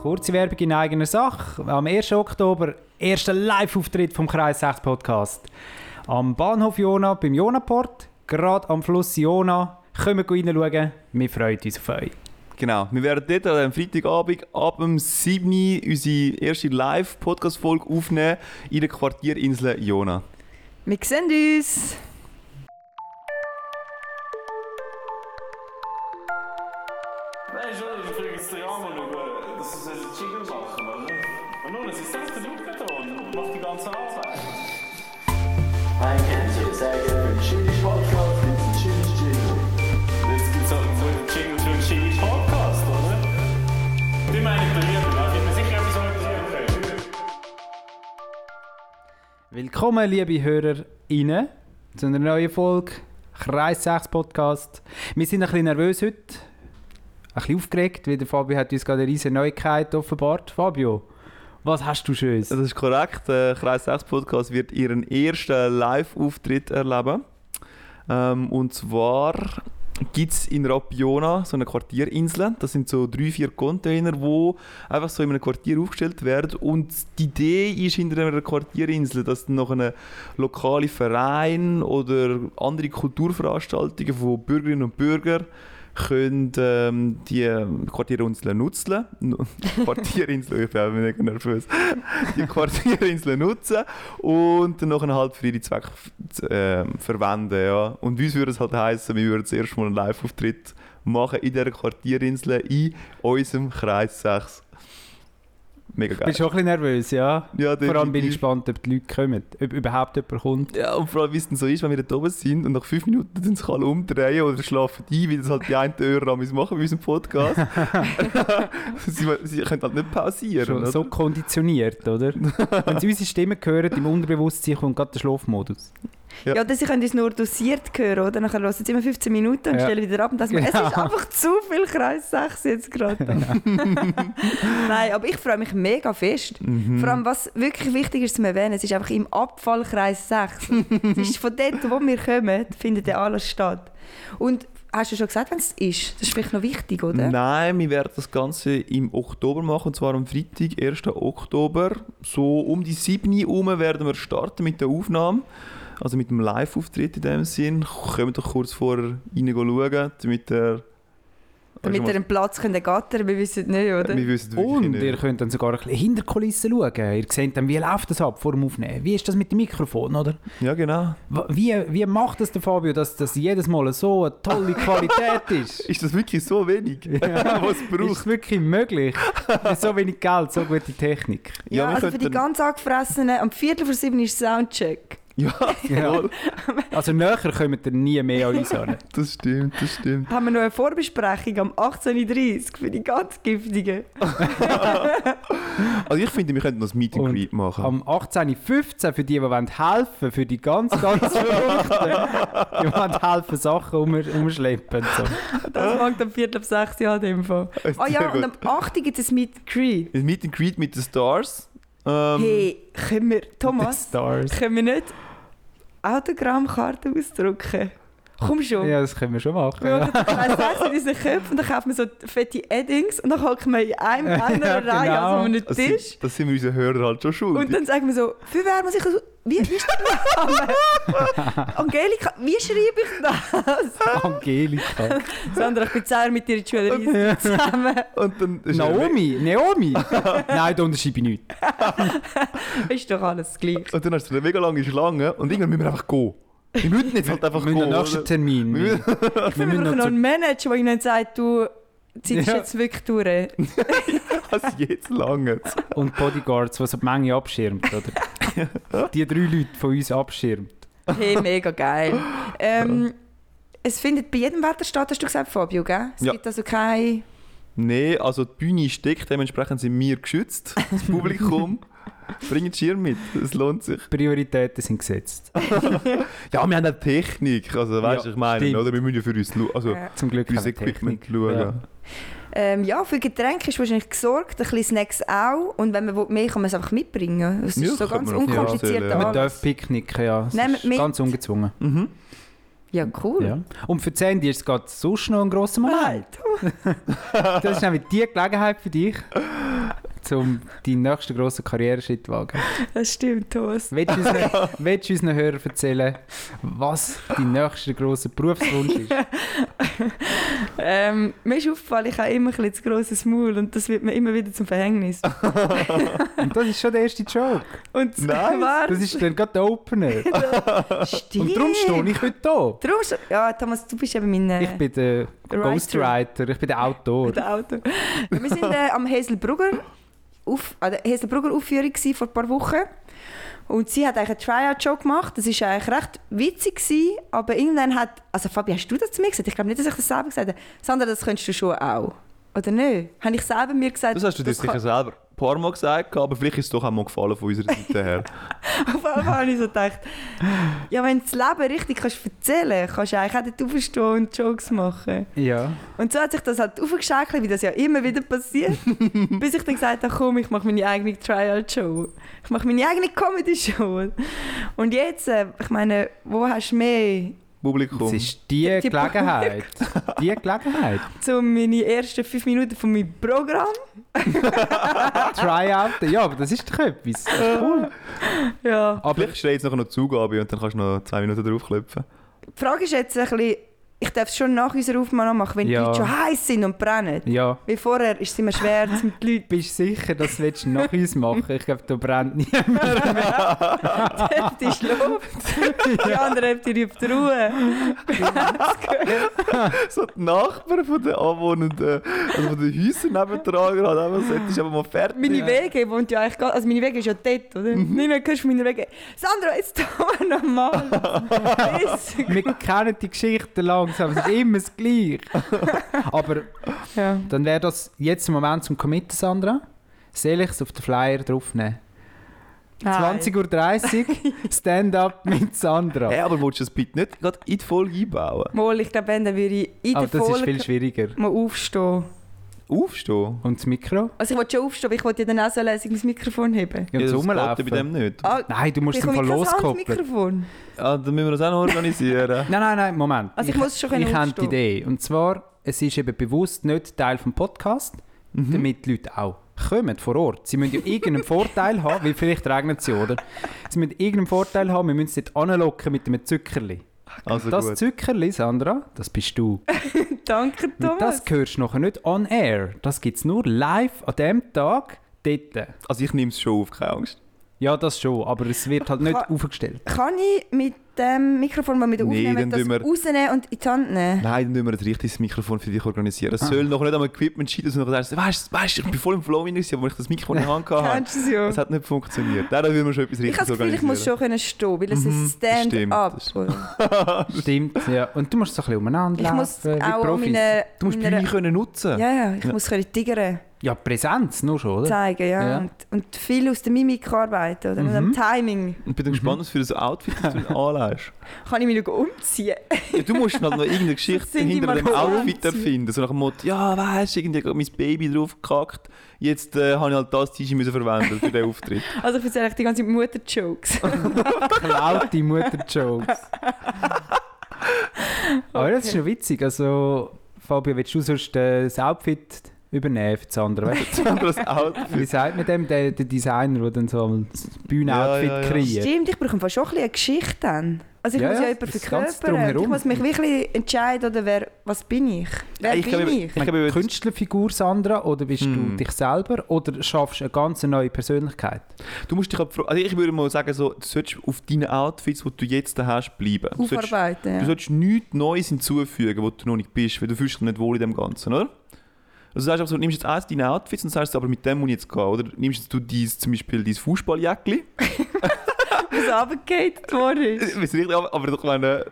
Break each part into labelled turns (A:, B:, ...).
A: Kurze Werbung in eigener Sache. Am 1. Oktober, erster Live-Auftritt vom Kreis 6 Podcast. Am Bahnhof Jona, beim Jonaport, gerade am Fluss Jona. Kommt reinschauen, wir freuen uns auf euch.
B: Genau. Wir werden dort am Freitagabend ab dem 7. Uhr unsere erste Live-Podcast-Folge aufnehmen in der Quartierinsel Jona.
C: Wir sehen uns.
D: Nein, schon, ich bringe jetzt den Rahmen über. Das ist eine Jingle-Sache, oder? ne? Und nun, es ist selbst der Luftbeton und macht die ganze Arbeit.
E: I can't say it's that different. Sheesh podcast, it's a sheesh jingle.
D: Jetzt gibt es halt so einen Jingle für einen Jingle-Podcast, oder? Die meine ich bei mir, da wird mir sicher etwas anderes einfallen.
A: Willkommen, liebe HörerInnen, zu einer neuen Folge Kreis 6 Podcast. Wir sind ein bisschen nervös heute, ein bisschen aufgeregt, weil der Fabio hat uns gerade eine riesige Neuigkeit offenbart. Fabio, was hast du Schönes?
B: Das ist korrekt. Der Kreis 6 Podcast wird ihren ersten Live-Auftritt erleben. Ähm, und zwar gibt es in Rapiona so eine Quartierinsel. Das sind so drei, vier Container, die einfach so in einem Quartier aufgestellt werden. Und die Idee ist hinter einer Quartierinsel, dass noch ein lokale Verein oder andere Kulturveranstaltungen von Bürgerinnen und Bürgern können ähm, die Quartierinsel nutzen. Nu- Quartierinsel, ich bin mega nervös. Die Quartierinsel nutzen und dann nachher halt für ihre Zwecke ähm, verwenden. Ja. Und uns würde es halt heißen, wir würden zuerst mal einen Live-Auftritt machen in dieser Quartierinsel in unserem Kreis 6. Mega
A: Ich
B: geil.
A: bin schon ein bisschen nervös, ja.
B: Ja,
A: Vor allem bin ich
B: definitiv.
A: gespannt, ob die Leute kommen, ob überhaupt jemand kommt.
B: Ja, und vor allem, wie es denn so ist, wenn wir da oben sind und nach fünf Minuten dann sich alle umdrehen oder schlafen ein, wie das halt die einen Hörer am machen bei unserem Podcast. sie, sie können halt nicht pausieren.
A: Schon
B: oder?
A: so konditioniert, oder? Wenn sie unsere Stimme hören, im Unterbewusstsein kommt gerade der Schlafmodus.
B: Ja.
C: Ja, ja sie können uns nur dosiert hören, oder? Nachher hören sie immer 15 Minuten und
A: Ja.
C: stellen wieder ab. Und das
A: Genau.
C: Es ist einfach zu viel Kreis 6 jetzt gerade. Nein, aber ich freue mich mega fest. Vor allem, was wirklich wichtig ist zu erwähnen, es ist einfach im Abfallkreis 6. es ist von dort, wo wir kommen, findet der alles statt. Und hast du schon gesagt, wenn es ist? Das ist vielleicht noch wichtig, oder?
B: Nein, wir werden das Ganze im Oktober machen, und zwar am Freitag, 1. Oktober. So um die 7 Uhr herum werden wir starten mit der Aufnahme, also mit dem Live-Auftritt in dem Sinn. Kommt doch kurz vorher rein schauen, damit ihr...
C: Damit ihr einen Platz könnt ergattern könnt, wir wissen es nicht, oder?
B: wir wissen wirklich
A: Und
B: nicht.
A: ihr könnt dann sogar ein bisschen hinter die Kulissen schauen. Ihr seht dann, wie läuft das ab vor dem Aufnehmen? Wie ist das mit dem Mikrofon, oder?
B: Ja, genau.
A: W- Wie, wie macht das der Fabio, dass das jedes Mal so eine tolle Qualität ist?
B: Ist das wirklich so wenig, was es braucht?
A: Ist es wirklich möglich? Für so wenig Geld, so gute Technik.
B: Ja,
C: Ja,
B: wir
C: also für die
B: könnten-
C: ganz angefressenen, am Viertel vor sieben ist Soundcheck.
B: Ja,
A: Ja. Also näher kommt ihr nie mehr an uns an.
B: das stimmt, das stimmt.
C: haben wir noch eine Vorbesprechung am 18.30 Uhr für die ganz Giftigen.
B: Also ich finde, wir könnten noch ein Meet and
A: Und
B: Greet machen.
A: Am 18.15 für die, die wollen helfen für die ganz, ganz Verrückten. Die wollen helfen, Sachen um, umschleppen. und So.
B: Ah.
C: Das fängt am Viertel ab 6 Uhr an. in dem Fall. Ah ja, und am 8. Uhr gibt es ein Meet and Greet.
B: ein Meet and Greet mit den Stars. Ähm,
C: Hey, können wir, Thomas,
A: Stars.
C: können wir nicht Autogrammkarten ausdrucken? Komm schon.
A: Ja, das können wir schon machen.
C: Wir
A: Ja.
C: machen das in unseren Köpfen und dann kaufen wir so fette Eddings und dann hocken wir in einem anderen
A: Ja,
C: Reihe, also
A: genau.
C: an einem
B: das,
C: Tisch.
B: sind, das sind wir unseren Hörern halt schon schuldig.
C: Und dann sagen wir so, für wer muss ich das... Wie, wie ist der Name? Angelika, wie schreibe ich das?
A: Angelika.
C: Sandra, ich bin zusammen mit dir in die Schule reisen. Zusammen.
B: Und dann ist er weg.
A: Naomi, Naomi. Nein, da unterschreibe ich nichts.
C: Ist doch alles gleich.
B: Und dann hast du eine mega lange Schlange und irgendwann müssen wir einfach gehen. Wir müssen jetzt halt einfach
A: Wir müssen
B: gehen.
A: den nächsten
B: oder?
A: Termin.
B: Wir müssen-
C: Ich finde, wir
A: müssen noch
C: brauchen noch
A: zu-
C: einen Manager, der ihnen sagt, du, die Zeit ist
A: Ja.
C: jetzt wirklich durch.
B: Was jetzt lange?
A: Und Bodyguards, die so die Menge abschirmt, oder? die drei Leute von uns abschirmt.
C: Hey, mega geil. Ähm, es findet bei jedem Wetter statt, hast du gesagt, Fabio, gell? Es
B: Ja.
C: gibt also keine...
B: Nein, also die Bühne steckt, dementsprechend sind wir geschützt. Das Publikum. Bringt Schirm mit, es lohnt sich.
A: Prioritäten sind gesetzt.
B: Ja, wir haben eine Technik, also weißt du,
A: Ja,
B: ich meine,
A: stimmt.
B: oder? Wir müssen ja für uns schauen. Also,
C: Äh,
A: Zum Glück
B: für unser
A: haben wir Technik.
B: Equipment schauen.
A: Ja.
C: Ähm, ja, für Getränke ist wahrscheinlich gesorgt, ein bisschen Snacks auch. Und wenn man will, mehr kann man es einfach mitbringen. Es
B: Ja,
C: ist so
B: könnte
C: ganz
B: man auf jeden
C: unkompliziert
B: Fall, ja.
A: Man
C: alles.
A: darf picknicken, ja. Es
C: Nehmen
A: ist
C: mit.
A: ganz ungezwungen.
B: Mhm.
C: Ja, cool.
A: Ja. Und für die Sandy ist es gerade sonst noch ein grosser Moment.
C: Nein, du-
A: Das ist nämlich die Gelegenheit für dich, um deinen nächsten grossen Karriereschritt zu wagen.
C: Das stimmt, Thomas.
A: Willst du unseren, willst du unseren Hörern erzählen, was dein nächster grosser Berufswunsch ist?
C: Ähm, mir ist aufgefallen, ich habe immer ein bisschen zu grosses Maul und das wird mir immer wieder zum Verhängnis.
A: Und das ist schon der erste Joke.
C: Und
B: Nice.
C: warte,
A: Das ist dann gerade der Opener.
C: stimmt.
A: Und darum stehe ich heute da.
C: Darum st- ja, Thomas, du bist eben mein äh,
A: Ich bin der Ghostwriter, ich bin der Autor.
C: der Autor. Wir sind äh, am Heselbrugger auf, an der Heselbrugger Aufführung gewesen vor ein paar Wochen. Und sie hat eigentlich einen Tryout-Show gemacht. Das war eigentlich recht witzig, gewesen, aber irgendwann hat... Also Fabi, hast du das zu mir gesagt? Ich glaube nicht, dass ich das selber gesagt habe. Sandra, das könntest du schon auch. Oder nicht? Habe ich selber mir gesagt...
B: Das hast du dir
C: kann-
B: sicher selber ein paar Mal gesagt, aber vielleicht ist es doch auch mal gefallen von unserer Seite her.
C: Auf einmal habe ich so gedacht, ja, wenn du das Leben richtig kannst erzählen kannst, kannst du eigentlich auch dort aufstehen und Jokes machen.
A: Ja.
C: Und so hat sich das halt aufgeschaukelt, wie das ja immer wieder passiert. bis ich dann gesagt habe, komm, ich mache meine eigene Trial-Show. Ich mache meine eigene Comedy-Show. Und jetzt, äh, ich meine, wo hast du mehr,
A: Es
B: Publikum.
A: ist die
C: Die
A: Gelegenheit. Die Gelegenheit.
C: um meine ersten fünf Minuten von meinem Programm?
A: Tryout. Ja, aber das ist doch etwas. Das ist cool.
C: Ja.
A: Aber
B: vielleicht schreit's nachher noch die Zugabe und dann kannst du noch zwei Minuten draufklopfen.
C: Die Frage ist jetzt ein bisschen, ich darf es schon nach unserer Aufnahme machen, wenn
A: Ja.
C: die Leute schon heiß sind und brennen.
A: ja.
C: Wie vorher ist es immer schwer, mit den Leuten
A: Bist du sicher, dass du willst nach uns machen Ich glaube, da brennt nie.
C: Hälfte ist Luft, die andere Hälfte rübt Ruhe.
B: So die Nachbarn von den Anwohnenden, also von den Häusern nebendran, hat einfach gesagt, das ist aber mal fertig.
C: Meine Wege wohnt ja eigentlich gar- also meine Wege ist ja dort, oder?
A: Mhm.
C: Nicht mehr kannst du meine Wege. Sandra, jetzt da nochmal.
A: Wir kennen die Geschichten langsam. Es ist immer das Gleiche. Aber
C: ja.
A: dann wäre das jetzt im Moment zum Committen, Sandra. Soll ich es auf den Flyer draufnehmen? 20.30 Uhr, Stand-up mit Sandra.
B: Hey, aber willst du das bitte nicht gerade in die Folge einbauen?
C: Mal, ich glaube, wenn, dann würde ich in der
A: Aber das ist
C: Folge
A: viel schwieriger.
C: mal aufstehen.
B: Aufstehen?
A: Und das Mikro?
C: Also ich wollte schon aufstehen, aber ich wollte ja dann auch so lässig mein Mikrofon heben.
A: Ja, und das
B: das geht ja
A: Rumlaufen.
B: bei dem nicht.
C: Ah,
A: Nein, du musst es
C: bekomme
A: einfach
C: ich kein
A: loskoppeln.
C: Handmikrofon.
B: Ah, dann müssen wir das auch noch organisieren.
A: Nein, nein, nein, Moment.
C: Also ich muss es schon
A: ich
C: können
A: habe die
C: aufstehen.
A: Idee. Und zwar, es ist eben bewusst nicht Teil des Podcasts,
B: Mhm.
A: damit die Leute auch kommen vor Ort. Sie müssen ja irgendeinen Vorteil haben, weil vielleicht regnet es ja, oder? Sie müssen irgendeinen Vorteil haben, wir müssen sie dort anlocken mit einem Zuckerli.
B: Also
A: das
B: gut.
A: Zuckerli, Sandra, das bist du.
C: Danke,
A: Und
C: Thomas.
A: das hörst du nachher nicht on air. Das gibt es nur live an dem Tag dort.
B: Also ich nehme es schon auf, keine Angst.
A: Ja, das schon, aber es wird halt nicht
C: Ka-
A: aufgestellt.
C: Kann ich mit dem Mikrofon, das wir da
B: Nee,
C: aufnehmen,
B: dann
C: das
B: tun wir-
C: rausnehmen und in die Hand nehmen?
B: Nein, dann müssen wir ein richtiges Mikrofon für dich organisieren.
C: Ah.
B: Es soll noch nicht am Equipment scheitern, sondern weißt du, weißt, ich bin voll im Flow hinein, aber ich das Mikrofon in der Hand hatte.
C: Kennst du es ja?
B: Es hat nicht funktioniert. Nein, da will man schon etwas
C: Ich
B: richtig
C: habe das Gefühl, ich muss schon können stehen, weil es
A: Mhm,
C: ist Stand-up.
B: stimmt,
A: Stimmt, ja. Und du musst so ein bisschen umeinander
C: Ich muss
A: laufen, wie
C: auch
A: Profis.
C: meine,
B: Du musst die
C: meine
B: Bühne können nutzen.
C: ja, ja, ich muss können Tigern
A: Ja, Präsenz nur schon, oder?
C: zeigen, ja,
A: Ja. Mhm.
C: Und, und viel aus der Mimik arbeiten oder mit dem Timing.
B: Ich bin gespannt, was für ein Outfit das du anlegst.
C: Kann ich mich noch umziehen?
B: Ja, du musst halt noch irgendeine Geschichte
C: Sind die
B: hinter
C: mal
B: dem Outfit erfinden. So nach dem Motto, ja, weißt du, irgendwie hat mein Baby draufgekackt. Jetzt äh, habe ich halt das T-Shirt müssen verwenden für den Auftritt.
C: Also ich erzähle eigentlich die ganze Zeit Mutter-Jokes.
A: Oh, Laute Mutter-Jokes. Aber das ist schon witzig. Also, Fabio, willst du sonst äh, das Outfit übernehmen für das andere? Weißt?
B: Das andere
A: du? Wie
B: Outfit.
A: sagt man dem, der, der Designer, der dann so ein Bühnenoutfit
B: Ja, ja, ja.
A: kreiert?
C: Stimmt, ich brauche einfach schon ein bisschen eine Geschichte dann. Also ich
A: Ja,
C: muss ja,
A: ja,
C: jemanden
A: das Ganze
C: verkörpern.
A: drumherum.
C: Ich muss mich wirklich entscheiden, oder wer, was bin ich? Wer
B: ich
C: bin
B: glaube,
C: ich?
A: Ich
B: glaube,
A: meine, Künstlerfigur, Sandra, oder bist du
B: Hm.
A: dich selber? Oder schaffst du eine ganz neue Persönlichkeit?
B: Du musst dich halt fra- also ich würde mal sagen, so, du solltest auf deinen Outfits, die du jetzt hast, bleiben. Du solltest,
C: Aufarbeiten,
B: du
C: ja.
B: solltest nichts Neues hinzufügen, wo du noch nicht bist, weil du fühlst dich nicht wohl in dem Ganzen, oder? Also du sagst einfach so, du nimmst jetzt eins deine Outfits und sagst, aber mit dem muss ich jetzt gehen, oder? Nimmst jetzt du dies, zum Beispiel dein Fußballjäckli,
C: Was runtergehatet worden ist.
B: Ich weiss nicht, aber, aber doch meine,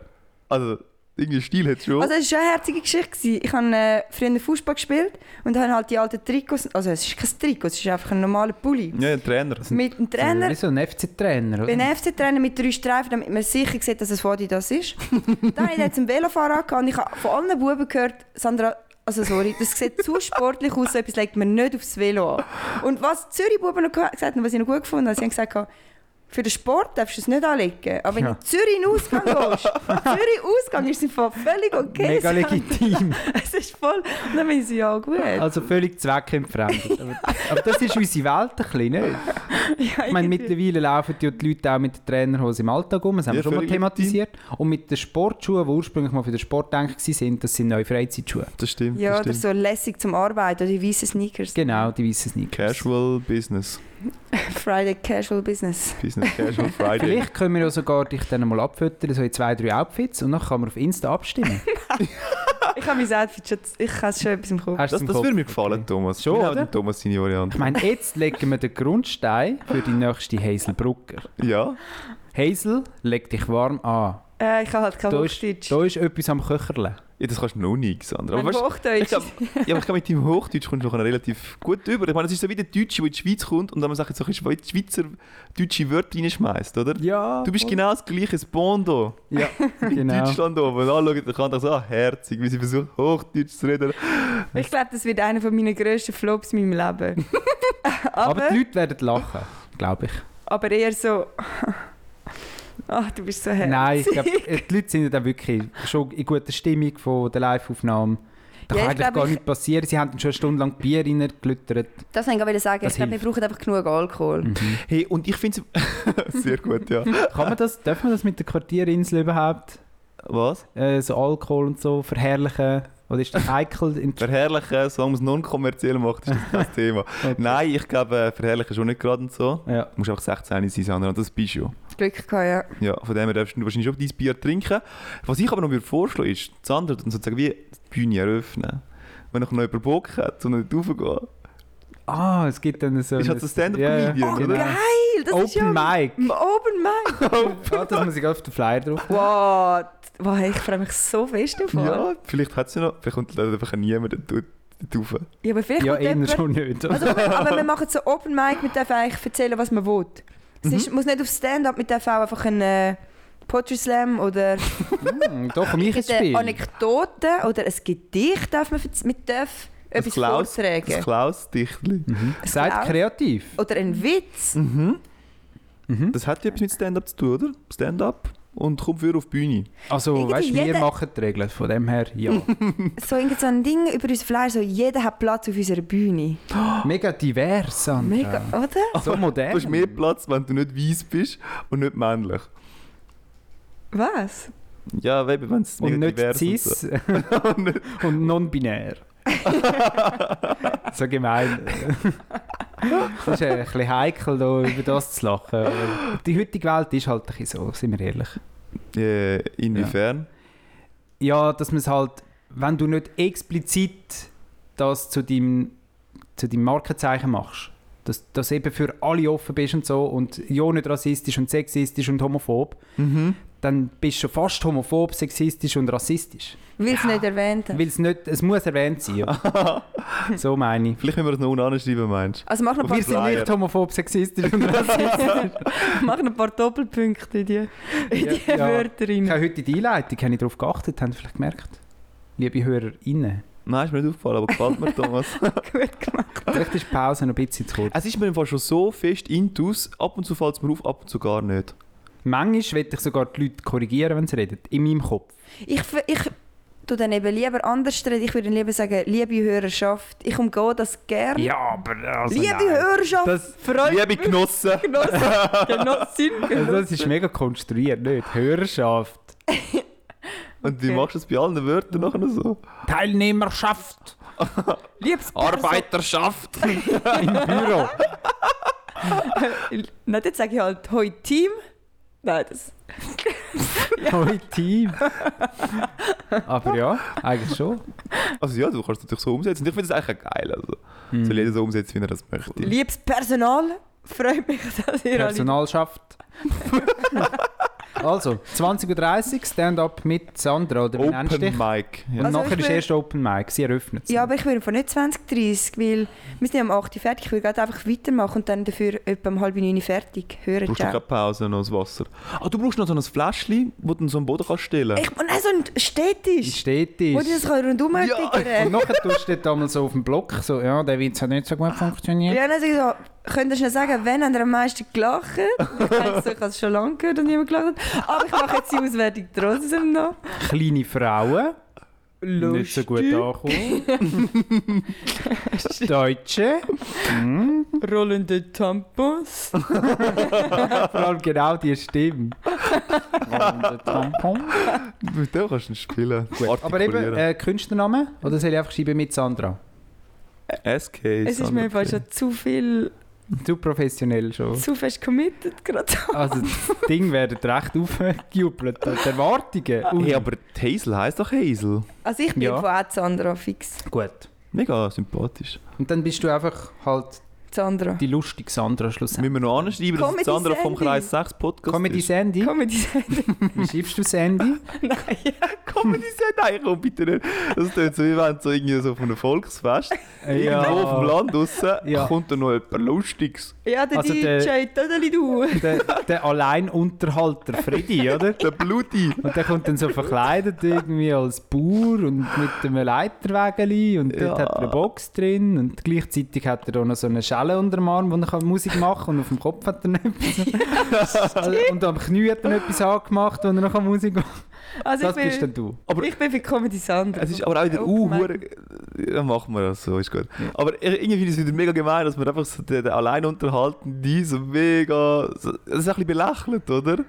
B: also irgendwie Stil hat schon.
C: Also es war schon eine herzige Geschichte. gewesen. Ich habe äh, früher Fußball gespielt und habe halt die alten Trikots, also es ist kein Trikot, es ist einfach ein normaler Pulli.
B: ja, ein Trainer.
C: Mit einem
A: Wie
C: Trainer,
A: so ein FC-Trainer, oder?
C: mit einem FC-Trainer mit drei Streifen, damit man sicher sieht, dass es von das ist. Dann habe ich den zum Velofahrer angehabt und ich habe von allen Buben gehört, Sandra, also sorry, das sieht zu sportlich aus, so etwas legt man nicht aufs Velo an. Und was die Zürich-Buben noch gesagt haben, was ich noch gut gefunden habe, sie haben gesagt, Für den Sport darfst du es nicht anlegen. Aber wenn
A: Ja.
C: du in Zürich in den Ausgang gehst, Zürich Ausgang ist es im Fall völlig okay.
A: Mega
C: Es-
A: legitim.
C: Es ist voll. Und dann bin ich so, ja gut.
A: Also völlig zweckentfremdet. Aber, aber das ist unsere Welt ein bisschen, nicht?
C: ja,
A: Ich meine,
C: irgendwie.
A: mittlerweile laufen ja die Leute auch mit der Trainerhose im Alltag um, das haben
B: Ja,
A: wir schon mal
B: völlig
A: thematisiert. Und mit den Sportschuhen, die ursprünglich mal für den Sport gedacht waren, das sind neue Freizeitschuhe.
B: Das stimmt.
C: ja,
B: das
C: oder
B: stimmt.
C: so lässig zum Arbeiten oder die weißen Sneakers.
A: Genau, die weißen Sneakers.
B: Casual Business.
C: Friday Casual Business.
B: Business Casual Friday.
A: Vielleicht können wir ja sogar dich dann mal abfüttern, so in zwei, drei Outfits, und dann kann man auf Insta abstimmen.
C: Ich habe mein Outfit schon, ich habe schon etwas im Kopf.
A: Hast du
B: Das,
A: im
B: das
A: Kopf?
B: würde mir gefallen, Thomas.
A: Schon,
B: Ja,
A: oder?
B: den Thomas seine
A: Ich
B: Variante.
A: meine, jetzt legen wir den Grundstein für die nächste Hazelbrucker.
B: Ja.
A: Hazel, leg dich warm an.
C: Äh, ich habe halt kein
A: Da ist,
C: Hochdeutsch.
A: da ist etwas am Köcherle.
B: ja, das kannst du noch nie, Sandra.
C: Mein
B: Aber weißt,
C: Hochdeutsch.
B: ich glaub- ja, aber ich glaube, mit deinem Hochdeutsch kommst du noch relativ gut über. Ich meine, es ist so wie der Deutsche, der in die Schweiz kommt und dann man sagt, so ein bisschen Schweiz- Schweizer deutsche Wörter reinschmeißt, oder?
A: Ja.
B: Du bist genau das gleiche Bondo.
A: Ja,
B: In
A: genau.
B: Deutschland oben. Anschauen, dann kann ich so ah, herzig, wie sie versuchen, Hochdeutsch zu reden.
C: Ich glaube, das wird einer von meiner grössten Flops in meinem Leben.
A: Aber,
C: aber,
A: die Leute werden lachen, glaube ich.
C: aber eher so. Ach, du bist so herzig.
A: Nein, ich glaube, die Leute sind ja dann wirklich schon in guter Stimmung von der Live-Aufnahme. Da
C: Ja, ich
A: kann eigentlich
C: glaub,
A: gar
C: ich-
A: nichts passieren. Sie haben dann schon eine Stunde lang Bier reingelüttert.
C: Das wollte ich gerade sagen.
A: Das
C: Ich glaube, wir
A: hilft. Hm.
C: brauchen einfach genug Alkohol.
B: Hey, und ich finde es sehr gut, ja.
A: Kann man das, darf man das mit der Quartierinsel überhaupt,
B: Was?
A: äh, so Alkohol und so, verherrlichen? Oder ist das heikel? In
B: Verherrlichen, solange man es non-kommerziell macht, ist das kein Thema. Nein, ich glaube, äh, verherrlichen schon nicht gerade und so.
A: Ja.
B: Du musst einfach 16 sein, Sandra, und das bist du ja.
C: Glück gehabt, ja.
B: Ja, von dem her darfst du wahrscheinlich auch dein Bier trinken. Was ich aber noch würde vorschlagen ist, Sandra dann sozusagen wie die Bühne eröffnen. Wenn noch jemand Bock hat und nicht raufgehen.
A: Ah, es gibt dann so...
B: Ist halt
A: ein-
B: so Stand-up-Comedian,
A: ja,
C: Oh,
A: genau.
C: geil! Das ist ja
A: Open Mic.
C: M- Open Mic.
A: Ah, das muss ich auf den Flyer drauf.
C: Wow, d- wow ich freue mich so fest davon. Ja,
B: Ja, vielleicht hat sie noch, vielleicht kommt dann einfach niemand dort rauf.
C: aber vielleicht
A: Ja,
C: kommt
A: eher
C: jemand-
A: schon nicht. oder?
C: Also, wir- aber wir machen so Open Mic, wir dürfen eigentlich erzählen, was man will. Es
A: Mhm.
C: ist, muss nicht auf Stand-up, wir dürfen auch einfach einen äh, Poetry Slam oder
A: Hm, Doch, um mich ins
C: eine
A: Spiel.
C: Anekdote oder ein Gedicht darf man verz- mit darf etwas
B: Klaus- Das
C: vortragen.
B: Klaus-Dichtli.
A: Mhm. Seid kreativ.
C: Oder ein Witz.
A: Mhm.
B: Das hat ja etwas mit Stand-up zu tun, oder? Stand-up und kommt für auf die Bühne.
A: Also,
C: Irgendwie
A: weißt du, wir
C: jeder-
A: machen die Regeln. Von dem her, ja.
C: So, irgend so ein Ding über unseren Flyer, so jeder hat Platz auf unserer Bühne.
A: Mega divers, Sandra.
C: Mega, oder?
A: So modern.
B: Du hast mehr Platz, wenn du nicht weiß bist und nicht männlich.
C: Was?
B: Ja, eben, wenn es
A: Und
B: mega
A: nicht
B: divers und so-
A: cis und non-binär. so gemein. das ist ein bisschen heikel, da über das zu lachen. aber Die heutige Welt ist halt ein bisschen so, sind wir ehrlich.
B: Äh, inwiefern?
A: Ja, dass man es halt, wenn du nicht explizit das zu deinem, zu deinem Markenzeichen machst, dass du eben für alle offen bist und so und ja nicht rassistisch und sexistisch und homophob,
B: Mhm.
A: dann bist du schon fast homophob, sexistisch und rassistisch.
C: Will es nicht erwähnt haben.
A: Weil es nicht, es muss erwähnt sein. oder? so meine ich.
B: Vielleicht müssen wir das noch unten anschreiben, meinst
C: Also mach noch ein
A: Wir
C: paar,
A: sind nicht homophob, sexistisch und rassistisch.
C: mach noch ein paar Doppelpunkte in die, in
A: Ja,
C: die
A: ja.
C: Wörter rein.
A: ich habe heute die Einleitung, habe ich darauf geachtet, haben Sie vielleicht gemerkt. Liebe HörerInnen.
B: du? Nein, ist mir nicht aufgefallen, aber gefällt mir, Thomas.
C: Gut gemacht.
A: Vielleicht ist die Pause noch ein bisschen zu kurz.
B: es ist mir im Fall schon so fest intus, ab und zu fällt es mir auf, ab und zu gar nicht.
A: Manchmal will ich sogar die Leute korrigieren, wenn sie reden. In meinem Kopf.
C: Ich, f- ich tu dann eben lieber anders reden. Ich würde lieber sagen, liebe Hörerschaft. Ich umgehe das gerne.
A: Ja, aber also
C: Hm? liebe
A: nein.
C: Hörerschaft,
A: Das-
C: freut
B: Liebe Genossen!
C: Genossen, Genossin,
A: Also
C: Genossen.
A: das ist mega konstruiert, nicht? Hörerschaft.
B: Und wie
C: Okay.
B: machst du das bei allen Wörtern nachher noch so?
A: Teilnehmerschaft.
C: Liebes
B: Arbeiterschaft!
A: Im Büro.
C: Perso- Nein, jetzt sage ich halt «Hoi Team». Nein, das...
A: Hoi Team. Aber ja, eigentlich schon.
B: Also ja, du kannst es natürlich so umsetzen. Und ich finde das eigentlich auch geil. Also.
A: Hm.
B: Soll jeder so umsetzen, wie er das möchte.
C: Liebes Personal, freut mich, dass ihr alle...
A: Personalschaft. also, 20.30 Uhr Stand-up mit Sandra oder mit Einstich.
B: Open Mic.
A: Und
B: Ja.
C: Also
A: nachher
C: ich
A: ist
C: will-
A: erst Open Mic, sie eröffnet es.
C: Ja, aber ich würde von nicht 20, 30, weil wir sind am 8 Uhr fertig. Ich würde gerade einfach weitermachen und dann dafür etwa um halb 9 Uhr fertig. Hören,
B: Brauchst du keine
C: ciao.
B: Pause, noch das Wasser. Ah, du brauchst noch so ein Fläschchen, das du so am Boden kannst stellen
C: Ich, und nein, so ein Städtisch, wo du das
A: Stetisch.
C: kann rundum
B: Ja.
A: Und
C: tickern
A: nachher tust du dort einmal so auf dem Block, so, ja, der Witz hat nicht so gut funktioniert.
C: Ja, dann sage ich so, könnt ihr schnell sagen, wenn habt ihr am meisten gelacht? Ich weiss, ich habe es schon lange gehört und niemand gelacht hat. Aber ich mache jetzt die Auswertung trotzdem noch.
A: Kleine Frauen. Nicht so gut angekommen. Deutsche.
F: Rollende Tampons.
A: Vor allem genau die Stimme. Und der Tampon.
B: Mit dem kannst du nicht spielen.
A: Aber eben, äh, Künstlername? Oder soll ich einfach schreiben mit Sandra?
B: SK.
F: äh, Es ist mir im Fall schon zu viel,
A: Zu professionell schon.
F: zu fest committed gerade.
A: Also das Ding wird recht aufgejubelt. Die Erwartungen. Ui.
B: Hey, aber die Hazel heisst doch Hazel.
C: Also ich bin
A: Ja.
C: von auch Sandra fix.
A: Gut.
B: Mega sympathisch.
A: Und dann bist du einfach halt
C: Sandra.
A: die lustige Sandra schlussendlich.
B: Müssen wir noch anschreiben, dass
C: Comedy
B: es Sandra vom
C: Sandy.
B: Kreis 6 Podcast
A: Comedy
B: ist?
A: Sandy.
F: Comedy Sandy.
A: Wie schreibst du Sandy?
F: Nein.
B: Comedy Sandy? Nein, komm bitte nicht. Das tut so, wie wenn so irgendwie so auf einem Volksfest irgendwo auf dem Land draussen
A: Ja.
B: kommt dann noch jemand Lustiges.
F: Ja, der
A: Also der-
F: DJ, Tadeli du.
A: Der, der Alleinunterhalter Freddy, oder?
B: Der Bluti.
A: Und der kommt dann so verkleidet irgendwie als Bauer und mit einem Leiterwägeli und dort
B: Ja.
A: hat er eine Box drin und gleichzeitig hat er da noch so eine Schelle unter dem Arm, wo er kann Musik machen kann und auf dem Kopf hat er noch etwas. und am Knie hat er noch etwas angemacht, wo er noch Musik machen kann.
F: Also
A: Das
F: ich
A: bist
F: bin,
A: dann du.
B: Aber-
F: ich bin für Comedy Sandra.
B: Es ist aber auch wieder,
F: Oh,
B: uh,
F: mein-
B: hure- dann machen wir das so, ist gut. Aber i- irgendwie ist es wieder mega gemein, dass man einfach so den, den Alleinunterhaltenden so mega, so, das ist ein bisschen belächelt, oder?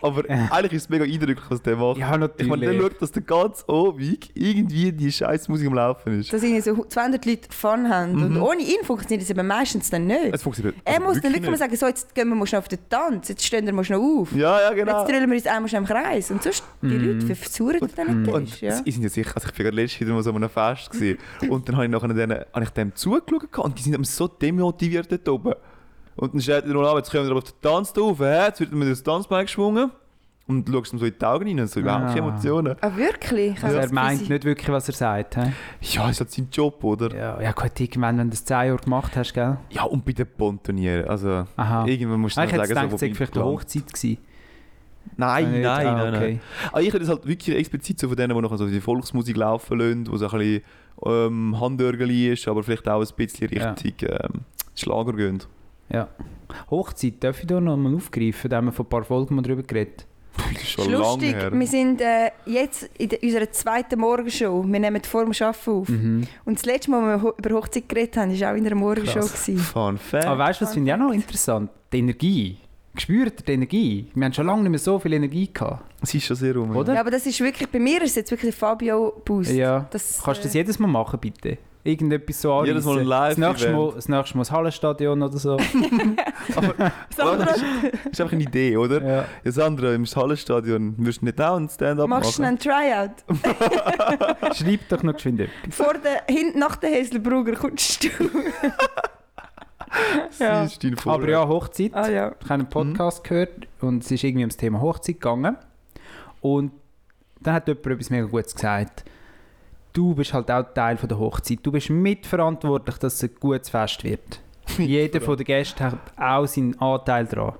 B: Aber eigentlich ist es mega eindrücklich, was der macht.
A: Ja,
B: ich meine, der
A: natürlich.
B: schaut, dass der ganz Obig irgendwie die scheiß Musik am Laufen ist.
C: Dass irgendwie so 200 Leute Fun haben.
A: Mhm.
C: Und ohne ihn funktioniert es aber meistens dann nicht.
B: Es funktioniert.
C: er
B: also
C: muss dann wirklich mal
B: nicht.
C: sagen, so jetzt gehen wir mal schnell auf den Tanz, jetzt stehen wir mal schnell auf.
B: Ja, ja, genau.
C: Jetzt drüllen wir uns einmal schnell im Kreis. Und sonst, die Leute versuchen es dann
B: Und
C: nicht. Ja.
B: sie sind ja sicher, also ich war gerade letztes wieder mal so an einem Fest gewesen. und dann habe ich nachher denen, habe ich dem zugeschaut gehabt und die sind aber so demotiviert dort oben. Und dann steht er noch ab, jetzt kommen wir aber auf den Tanz drauf, hä? jetzt wird mir das Tanzbein geschwungen und du schaust ihm so in die Augen rein und so überhaupt keine
A: Ah.
B: Emotionen.
C: Ah, wirklich? Ich
A: Also
C: habe
A: er
C: das
A: meint
C: Gefühl,
A: nicht wirklich, was er sagt. He?
B: Ja, ist halt sein Job, oder? Ja,
A: Ja, ja gut, irgendwann, wenn du das 10 Jahre gemacht hast, gell?
B: und bei den Pontonieren, also
A: Aha. Ah, Ich
B: irgendwann musst du
A: hätte
B: dann
A: gedacht,
B: sagen,
A: es war
B: bin ich
A: vielleicht die
B: gelandet.
A: Hochzeit. Gewesen.
B: Nein, nein,
A: Ah,
B: nein, nein.
A: okay.
B: Ah, ich hätte es halt wirklich explizit so von denen, die noch so die Volksmusik laufen lassen, wo so ein bisschen ähm, Handörgeli ist, aber vielleicht auch ein bisschen
A: Ja.
B: richtig ähm, Schlager gehen.
A: Hochzeit, darf ich da noch mal aufgreifen? Da haben wir vor ein paar Folgen mal drüber geredet.
B: Pff, Das ist
C: Es
B: schon
C: ist
B: lange
C: lustig,
B: her.
C: wir sind äh, jetzt in der, unserer zweiten Morgenshow. Wir nehmen vor dem Arbeiten auf.
A: Mhm.
C: Und das letzte Mal, wo wir ho- über Hochzeit geredet haben, war auch in einer Morgenshow.
A: Krass.
C: Gewesen.
B: Fun Fact.
A: Aber weißt du, was finde ich auch noch interessant? Die Energie. Spürt ihr die Energie? Wir haben schon lange nicht mehr so viel Energie gehabt.
B: Es ist schon sehr rum.
A: Oder?
C: Ja, aber das ist wirklich, bei mir ist es jetzt wirklich Fabio Boost.
A: Ja.
C: Das,
A: Kannst du das
C: äh,
A: jedes Mal machen, bitte? Irgendetwas so
B: Jedes Mal
A: anreissen. Das
B: ein
A: nächste Mal,
B: Live-Event.
A: das nächste Mal das Hallenstadion oder so.
B: Aber das ist, das ist einfach eine Idee, oder? Ja.
A: ja.
B: Sandra, im Hallenstadion wirst du nicht auch ein Stand-up machen.
C: Machst du noch einen Tryout?
A: Schreib doch noch geschwind etwas.
C: Vor der, hin, nach der Häselbrugger kommst du.
B: Das
F: Ja.
B: ist dein Vorrat.
A: Aber ja, Hochzeit.
F: Ah ja.
A: Ich habe einen Podcast gehört und es ist irgendwie ums Thema Hochzeit gegangen. Und dann hat jemand etwas mega Gutes gesagt. Du bist halt auch Teil von der Hochzeit. Du bist mitverantwortlich, dass es ein gutes Fest wird. Jeder von den Gästen hat auch seinen Anteil daran.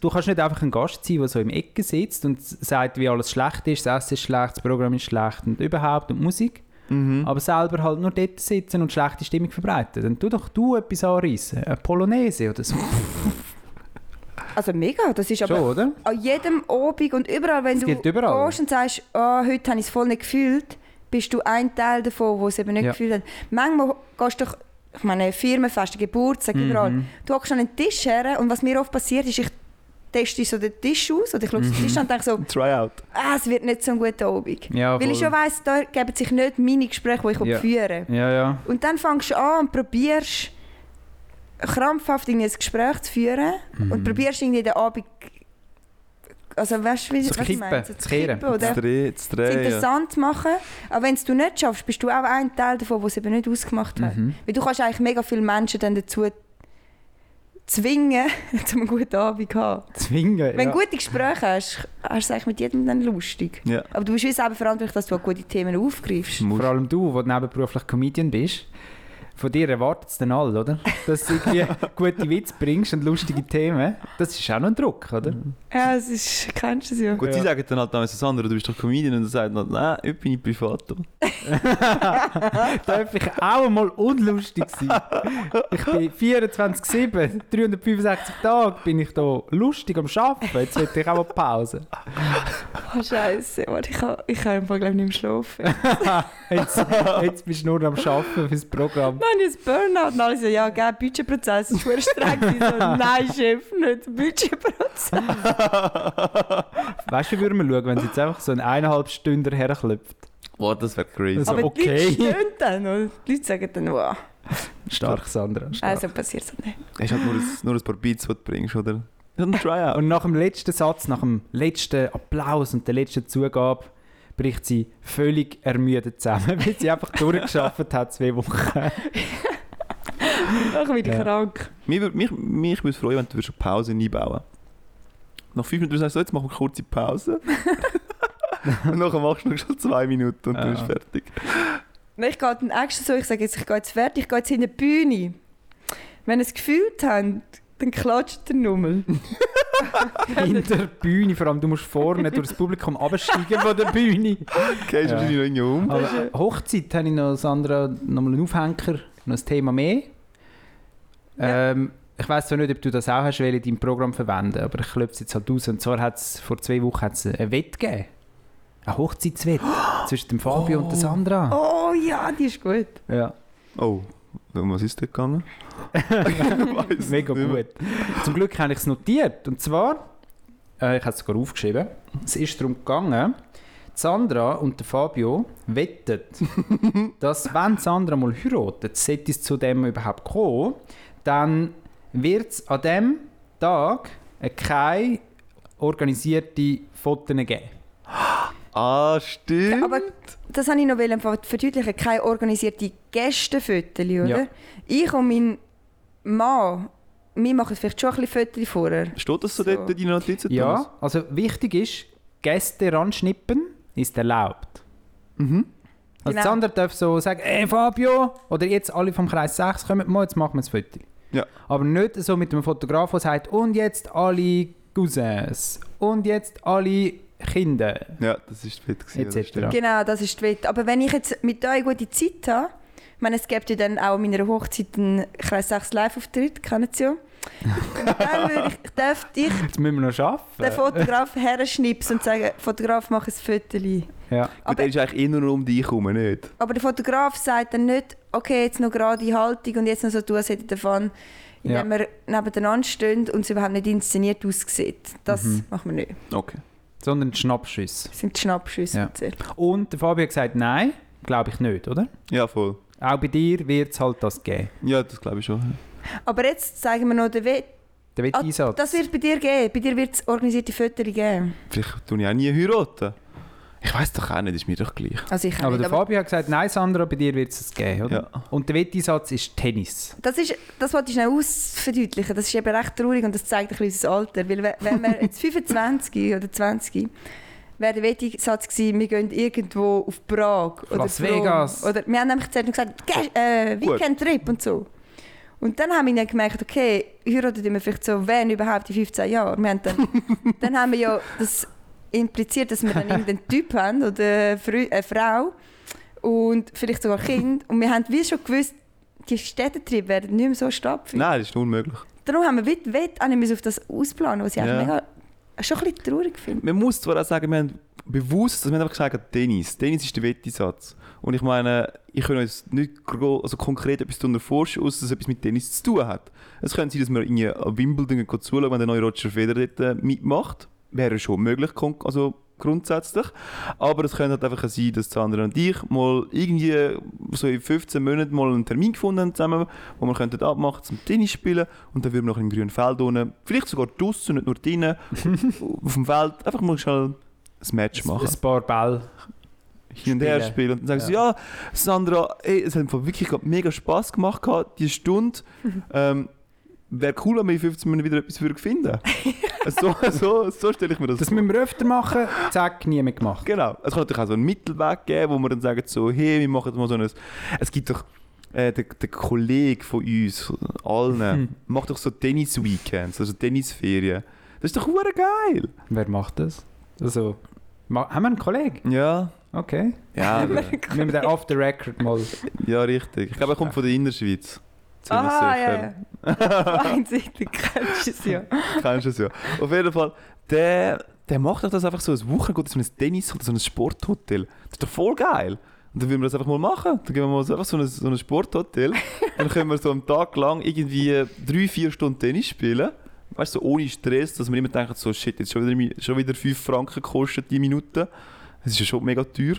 A: Du kannst nicht einfach ein Gast sein, der so im Ecke sitzt und sagt, wie alles schlecht ist, das Essen ist schlecht, das Programm ist schlecht und überhaupt und die Musik.
B: Mhm.
A: Aber selber halt nur dort sitzen und schlechte Stimmung verbreiten. Dann tu doch du etwas anreissen. Eine Polonaise oder so.
C: Also mega, das ist aber
A: Schon, oder?
C: an jedem Obig und überall, wenn
A: Das
C: du
A: gilt überall.
C: gehst und sagst, «Ah, heute habe ich es voll nicht gefühlt, bist du ein Teil davon, wo es eben nicht
A: Ja.
C: gefühlt hat. Manchmal gehst du doch, ich meine, Firmenfeste, Geburtstag,
A: Mhm.
C: überall. Du hockst an den Tisch her und was mir oft passiert ist, ich teste so den Tisch aus oder ich schaue den Tisch an und denke so,
B: Tryout.
C: ah, es wird nicht so ein guter Obig.
A: Mhm. Ja,
C: Weil ich
A: voll.
C: schon weiss, da geben sich nicht meine Gespräche, die ich
A: Ja.
C: führen will.
A: Ja, ja.
C: Und dann fängst du an und probierst krampfhaft irgendwie ein Gespräch zu führen
A: Mhm.
C: und probierst irgendwie den Abend. Also weißt du, wie,
A: Zu
C: was ich meine?
A: kippen,
C: So
A: zu kehren.
C: oder?
B: Das Dreh, das
C: Es
B: Dreh. Ja.
C: interessant zu machen. Aber wenn es du nicht schaffst, bist du auch ein Teil davon, was es eben nicht ausgemacht hat.
A: Mhm.
C: Weil du kannst eigentlich mega viele Menschen dann dazu zwingen, zum einen guten Abend zu haben.
A: Zwingen.
C: Wenn
A: ja.
C: du gute Gespräche hast, hast du es eigentlich mit jedem dann lustig.
B: ja.
C: Aber du bist wie selber verantwortlich, dass du auch gute Themen aufgreifst.
A: Vor allem du, der nebenberuflich Comedian bist. Von dir erwartet es dann alle, oder? Dass du irgendwie gute Witze bringst und lustige Themen. Das ist auch noch ein Druck, oder?
F: Ja, es ist, kennst du es ja.
B: Gut, sie sagen dann halt damals das andere, du bist doch Comedian und er sagt dann, nein, ich bin nicht privat.
A: Darf ich auch mal unlustig sein? Ich bin 24-7, 365 Tage bin ich da lustig am Arbeiten. Jetzt hätte ich auch mal Pause.
F: Oh, Scheiße. Warte, ich kann, ich kann einfach, glaube ich, nicht mehr schlafen. Dann
A: Jetzt, jetzt bist du nur am Arbeiten fürs Programm.
F: habe ich ein Burnout. Und alle so, ja, gell, Budgetprozess ist schwer streng. Ich so, nein, Chef, nicht Budgetprozess.
A: Weißt du, wie würden wir schauen, wenn es jetzt einfach so ein eineinhalb Stunden herklopft?
B: Boah, das wäre crazy.
A: Also-
F: Aber die
A: okay.
F: Leute stehen dann. Oder? Die Leute sagen dann, wow,
A: Stark, Sandra. Stark.
F: also passiert es nicht.
B: Es ist halt nur ein, nur ein paar Beats, die du bringst, oder? So ein Tryout.
A: Äh, Und nach dem letzten Satz, nach dem letzten Applaus und der letzten Zugabe bricht sie völlig ermüdet zusammen, weil sie einfach durchgeschafft hat, zwei Wochen.
F: Dann wieder
A: Ja.
F: krank.
B: Mich, würd- mich, mich würde freuen, wenn du würdest eine Pause einbauen Nach fünf Minuten sagst du, so, jetzt machen wir eine kurze Pause. und nachher machst du noch schon zwei Minuten und
A: Ja.
B: du bist fertig.
C: Weil Ich gehe dann extra so, ich sage jetzt, ich gehe jetzt fertig, ich gehe jetzt in die Bühne. Wenn ihr es gefühlt habt, dann klatscht der Nummel.
A: In der Bühne, vor allem, du musst vorne durch das Publikum absteigen von der Bühne.
B: Gehst
A: Ja.
B: wahrscheinlich noch irgendwie um.
A: Aber Hochzeit habe ich noch, Sandra, nochmal einen Aufhänger, noch ein Thema mehr. Ähm, ich weiß zwar nicht, ob du das auch hast, weil in deinem Programm verwenden, aber ich klopfe es jetzt halt aus. Und zwar hat es vor zwei Wochen hat's ein Wett gegeben. Ein Hochzeitswett zwischen dem Fabio und der Sandra.
C: Oh ja, die ist gut.
A: Ja,
B: Oh, um was ist das gegangen? Ich weiss es
A: mega
B: nicht mehr.
A: gut. Zum Glück habe ich es notiert. Und zwar, äh, ich habe es sogar aufgeschrieben, es ist darum gegangen, die Sandra und der Fabio wettet, dass wenn Sandra mal heiratet, sollte es zu dem überhaupt kommen, dann wird es an dem Tag keine organisierte Fotos geben.
B: Ah, stimmt.
C: Aber das wollte ich noch wollen verdeutlichen, keine organisierten Gästefotos, oder?
A: Ja.
C: Ich und mein Mann, wir machen vielleicht schon ein bisschen Fotos vorher.
B: Steht das so,
C: So.
B: dort in deinen Notizen? Thomas?
A: Ja, also wichtig ist, Gäste ranschnippen ist erlaubt. Also
C: Genau.
A: das andere darf so sagen, ey Fabio, oder jetzt alle vom Kreis 6 kommen mal, jetzt machen wir ein Foto.
B: Ja.
A: Aber nicht so mit einem Fotograf, der sagt, und jetzt alle Cousins, und jetzt alle Kinder.
B: Ja, das ist fett gewesen.
A: Etc.
B: das stimmt.
C: Genau, das ist die Wette. Aber wenn ich jetzt mit euch eine gute Zeit habe, ich meine, es gibt ja dann auch an meiner Hochzeit einen Kreis 6 Live-Auftritt, kennt ihr ja. Und dann würde ich, dürfte ich
A: Jetzt müssen wir noch arbeiten.
C: den Fotograf herschnipsen und sagen, Fotograf, mach ein Foto.
A: Ja.
B: Gut, er ist eigentlich immer nur um dich herum, nicht?
C: Aber der Fotograf sagt dann nicht, okay, jetzt noch gerade die Haltung und jetzt noch so tun, als hätte davon,
A: Ja.
C: indem wir nebeneinander stehen und es überhaupt nicht inszeniert aussieht. Das
A: Mhm.
C: machen wir nicht.
B: Okay.
A: Sondern Schnappschüsse.
C: Das sind die Schnappschüsse.
A: Ja.
C: und so.
A: Und der Fabio hat gesagt, nein, glaube ich nicht, oder?
B: Ja, voll.
A: Auch bei dir wird es halt das geben.
B: Ja, das glaube ich schon.
C: Aber jetzt zeigen wir noch den Wett.
A: Der
C: Ah,
A: Wetteinsatz.
C: Das wird bei dir geben. Bei dir wird es organisierte Fotos geben.
B: Vielleicht tue ich auch nie heiraten. Ich weiß doch auch nicht, ist mir doch gleich.
C: Also ich auch
A: Aber
C: nicht,
A: der Fabio hat gesagt, nein Sandra, bei dir wird es es geben, oder?
B: Ja.
A: Und der Wetteinsatz ist Tennis.
C: Das, ist, das wollte ich schnell ausverdeutlichen. Das ist eben recht traurig und das zeigt ein bisschen unser Alter. Weil we- wenn wir jetzt 25 oder 20 wäre der Wettinsatz gewesen, wir gehen irgendwo auf Prag oder
A: Las
C: Rom.
A: Vegas.
C: Oder wir haben nämlich zuerst noch gesagt, «Geh- äh,
B: Gut.
C: Weekend-Trip und so. Und dann haben wir dann gemerkt, okay, heiraten wir vielleicht so, wenn überhaupt, in 15 Jahren. Wir haben dann, dann haben wir ja das impliziert, dass wir dann irgendeinen Typ haben oder eine Frau- eine Frau und vielleicht sogar Kind. Und wir haben wie schon gewusst, die Städtetriebe werden nicht mehr so stattfinden.
B: Nein, das ist unmöglich.
C: Darum haben wir weit, weit auch nicht mehr auf das ausplanen, was ich
B: Ja.
C: eigentlich mega, schon ein bisschen traurig finde.
B: Man muss zwar auch sagen, wir haben bewusst, also wir haben einfach gesagt, Tennis. Tennis ist der Wetteinsatz. Und ich meine, ich kann uns nicht gro- also konkret etwas darunter forschen, außer dass es etwas mit Tennis zu tun hat. Es könnte sein, dass wir irgendwie an Wimbledon gehen zuschauen, wenn der neue Roger Federer dort äh, mitmacht. Wäre schon möglich, kon- also grundsätzlich. Aber es könnte halt einfach sein, dass Sandra und ich mal irgendwie so in 15 Monaten mal einen Termin gefunden haben zusammen, wo wir könnten abmachen zum Tennis spielen und dann würden wir noch im grünen Feld unten, vielleicht sogar draussen, nicht nur drinnen, auf dem Feld einfach mal schnell ein Match machen.
A: Ein paar Bälle.
B: hin und her spielen. Und dann sagen sie, ja, Sandra, ey, es hat im Fall wirklich gerade mega Spass gemacht, gehabt, die Stunde. ähm, Wäre cool, wenn wir in 15 Minuten wieder etwas würden finden so, so, so stelle ich mir das,
A: Das
B: vor.
A: müssen wir öfter machen. Zack, niemand gemacht.
B: Genau. Es kann natürlich auch so einen Mittelweg geben, wo wir dann sagen, so, hey, wir machen mal so ein... Es gibt doch äh, der, der Kollege von uns, allen, macht doch so Tennis-Weekends, also Tennisferien. Das ist doch hure geil.
A: Wer macht das? Also, ma haben wir einen Kollegen?
B: Ja.
A: Okay.
B: Ja, aber-
A: Nehmen wir den off the record mal.
B: ja, richtig. Ich glaube, er kommt von der Innerschweiz. Ziemlich
F: Ah,
B: sicher.
F: ja, ja. Einseitig kennst du es ja.
B: Kennst du es ja. Auf jeden Fall, der, der macht doch das einfach so ein Wochenende, so ein Tennis oder so ein Sporthotel. Das ist doch voll geil. Und dann würden wir das einfach mal machen. Dann gehen wir mal so einfach so ein, so ein Sporthotel. dann können wir so am Tag lang irgendwie drei, vier Stunden Tennis spielen. Weißt du, so ohne Stress, dass wir immer denken, so shit, jetzt schon wieder, mi- schon wieder 5 Franken kostet die Minute. Das ist ja schon mega teuer.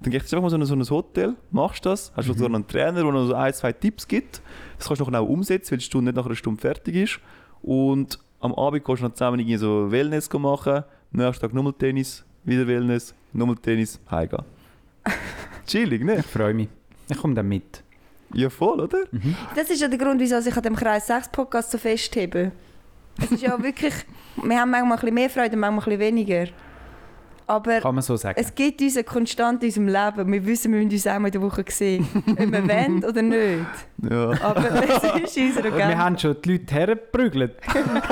B: Dann gehst du einfach mal so in so ein Hotel, machst das, hast mhm. so einen Trainer, der noch so ein, zwei Tipps gibt. Das kannst du nachher auch umsetzen, weil die Stunde nicht nach einer Stunde fertig ist. Und am Abend gehst du noch zusammen irgendwie so Wellness machen, nächsten Tag nochmal Tennis, wieder Wellness, nochmal Tennis, heimgehen. Chillig, ne?
A: Ich freue mich. Ich komme dann mit.
B: Ja, voll, oder?
C: Das ist ja der Grund, wieso ich an dem Kreis 6 Podcast so festhebe. Es ist ja wirklich, wir haben manchmal ein bisschen mehr Freude und manchmal ein bisschen weniger. Aber
A: Kann man so sagen.
C: es gibt uns eine Konstante in unserem Leben. Wir wissen, wir müssen uns einmal in der Woche sehen, ob wir wollen oder nicht.
B: Ja.
C: Aber das ist unser
A: wir
C: Gang.
A: haben schon die Leute hergeprügelt.
C: Die Freude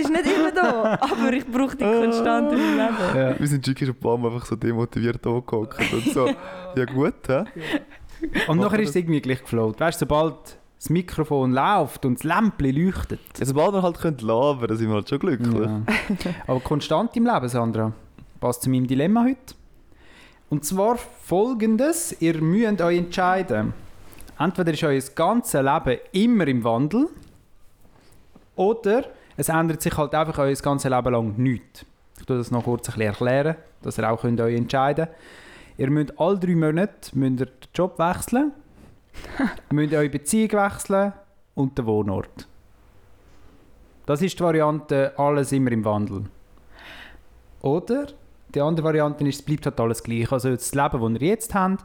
C: ist nicht immer da, aber ich brauche die Konstante in meinem Leben.
A: Ja.
B: Wir sind wirklich schon ein paar Mal einfach so demotiviert angehockt und so. Ja gut, hä?
A: Und nachher ist es irgendwie gleich gefloat. Weißt du, sobald das Mikrofon läuft und das Lämpchen leuchtet.
B: Ja, sobald wir halt können labern können, sind wir halt schon glücklich.
A: Ja. Aber konstant im Leben, Sandra. Passt zu meinem Dilemma heute. Und zwar folgendes: Ihr müsst euch entscheiden. Entweder ist euer ganzes Leben immer im Wandel oder es ändert sich halt einfach euer ganzes Leben lang nichts. Ich tue das noch kurz ein bisschen erklären, dass ihr auch könnt euch entscheiden könnt. Ihr müsst alle drei Monate müsst ihr den Job wechseln, müsst eure Beziehung wechseln und den Wohnort. Das ist die Variante, alles immer im Wandel. Oder die andere Variante ist, es bleibt halt alles gleich. Also das Leben, das ihr jetzt habt,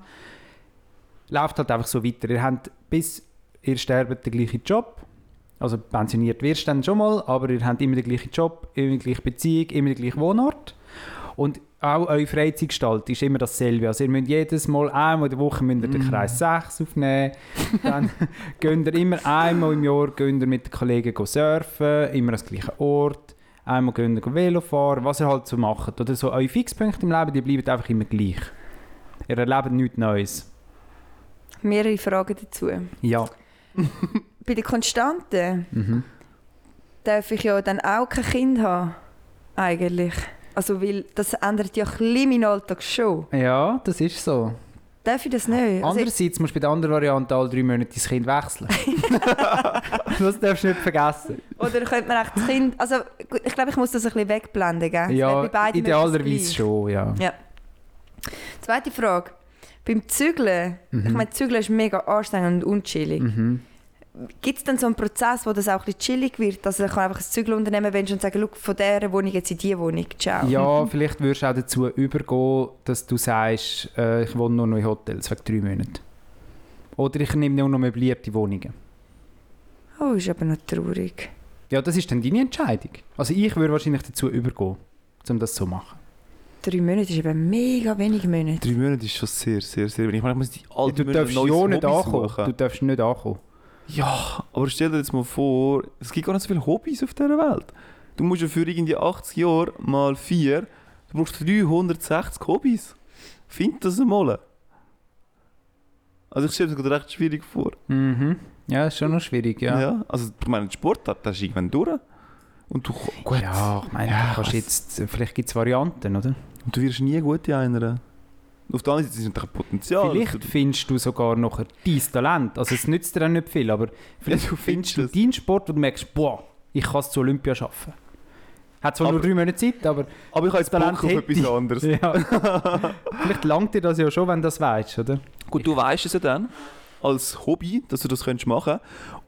A: läuft halt einfach so weiter. Ihr habt bis ihr sterbt den gleichen Job. Also pensioniert wirst du dann schon mal, aber ihr habt immer den gleichen Job, immer die gleiche Beziehung, immer den gleichen Wohnort. Und auch eure Freizeitgestaltung ist immer dasselbe. Also ihr müsst jedes Mal einmal in der Woche müsst ihr den Kreis 6 aufnehmen. Dann gehen ihr immer einmal im Jahr gehen ihr mit den Kollegen go surfen, immer an den gleichen Ort. Einmal gehen ihr go Velo fahren, was ihr halt so macht. Oder so eure Fixpunkte im Leben, die bleiben einfach immer gleich. Ihr erlebt nichts Neues.
C: Mehrere Fragen dazu.
A: Ja.
C: Bei der Konstante
A: Mhm.
C: darf ich ja dann auch kein Kind haben. Eigentlich. Also, weil das ändert ja ein bisschen meinen Alltag schon.
A: Ja, das ist so.
C: Darf ich das nicht? Also, ich,
A: Andererseits musst du bei der anderen Variante alle drei Monate dein Kind wechseln. das darfst du nicht vergessen.
C: oder könnte man echt das Kind... Also, gut, ich glaube, ich muss das ein bisschen wegblenden, gell? Es wäre Also bei
A: Ja,
C: beiden möglichst
A: idealerweise
C: gleich.
A: schon, ja.
C: Zweite Frage. Beim Zügeln, ich meine, Zügeln ist mega anstrengend und unchillig.
A: Mhm.
C: Gibt es dann so einen Prozess, wo das auch ein bisschen chillig wird? Dass du einfach ein Zügelunternehmen willst und sagen, «Schau, von dieser Wohnung jetzt in diese Wohnung, ciao.
A: Ja, vielleicht würdest du auch dazu übergehen, dass du sagst, äh, ich wohne nur noch in Hotels wegen drei Monaten. Oder ich nehme nur noch möblierte Wohnungen.
C: Oh, ist aber noch traurig.
A: Ja, das ist dann deine Entscheidung. Also ich würde wahrscheinlich dazu übergehen, um das zu machen.
C: Drei Monate ist eben mega wenig Monate.
B: Drei Monate ist schon sehr, sehr, sehr wenig. Ich meine, ich muss die alten
A: du
B: Monate
A: darfst
B: neues
A: ja nicht
B: Hobby
A: ankommen.
B: suchen.
A: Du darfst nicht ankommen.
B: Ja, aber stell dir jetzt mal vor, es gibt gar nicht so viele Hobbys auf dieser Welt. Du musst ja für irgendwie 80 Jahre mal 4, du brauchst 360 Hobbys. Find das einmal. Also ich stelle mir das gerade recht schwierig vor.
A: Mhm. Ja, ist schon noch schwierig, ja.
B: also ich meine, Sport hat das ist irgendwann durch. Und du, gut,
A: Ja, ich meine, du kannst jetzt, vielleicht gibt es Varianten, oder?
B: und du wirst nie gut in einer. Auf der anderen Seite ist natürlich ein Potenzial.
A: vielleicht findest du sogar noch dein Talent. Also es nützt dir auch nicht viel, aber vielleicht
B: du
A: findest
B: findest
A: du
B: es.
A: deinen Sport und merkst, boah, ich kann es zu Olympia schaffen. Hat zwar nur
B: Aber-
A: drei Monate Zeit, aber
B: Aber ich habe jetzt Bock
A: Talent
B: auf
A: hätte ich.
B: etwas anderes.
A: ja. vielleicht langt dir das ja schon, wenn du das weißt, oder?
B: Gut, du weißt es ja dann als Hobby, dass du das könntest machen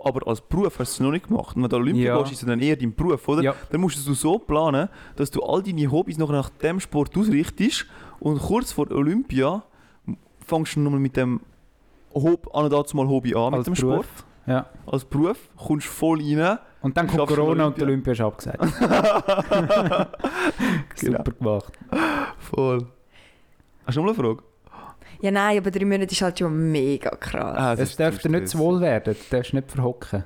B: aber als Beruf hast du es noch nicht gemacht. Und wenn du an Olympia
A: Ja.
B: gehst, ist es dann eher dein Beruf, oder?
A: Ja.
B: Dann musst du es so planen, dass du all deine Hobbys noch nach dem Sport ausrichtest und kurz vor Olympia fängst du nochmal mit dem Hob, an und dazu mal Hobby an,
A: Als
B: mit dem
A: Beruf.
B: Sport.
A: Ja.
B: Als Beruf kommst du voll rein.
A: Und dann kommt
B: Schaffst du
A: Corona und Olympia
B: Olympia.
A: ist abgesagt. Super gemacht.
B: Genau. Voll. Hast du noch mal eine Frage?
C: Ja, nein, aber drei Monate ist halt schon mega krass.
B: Ah,
A: Es
B: ist
A: dürfte
B: zu
A: nicht zu wohl werden, du darfst nicht verhocken.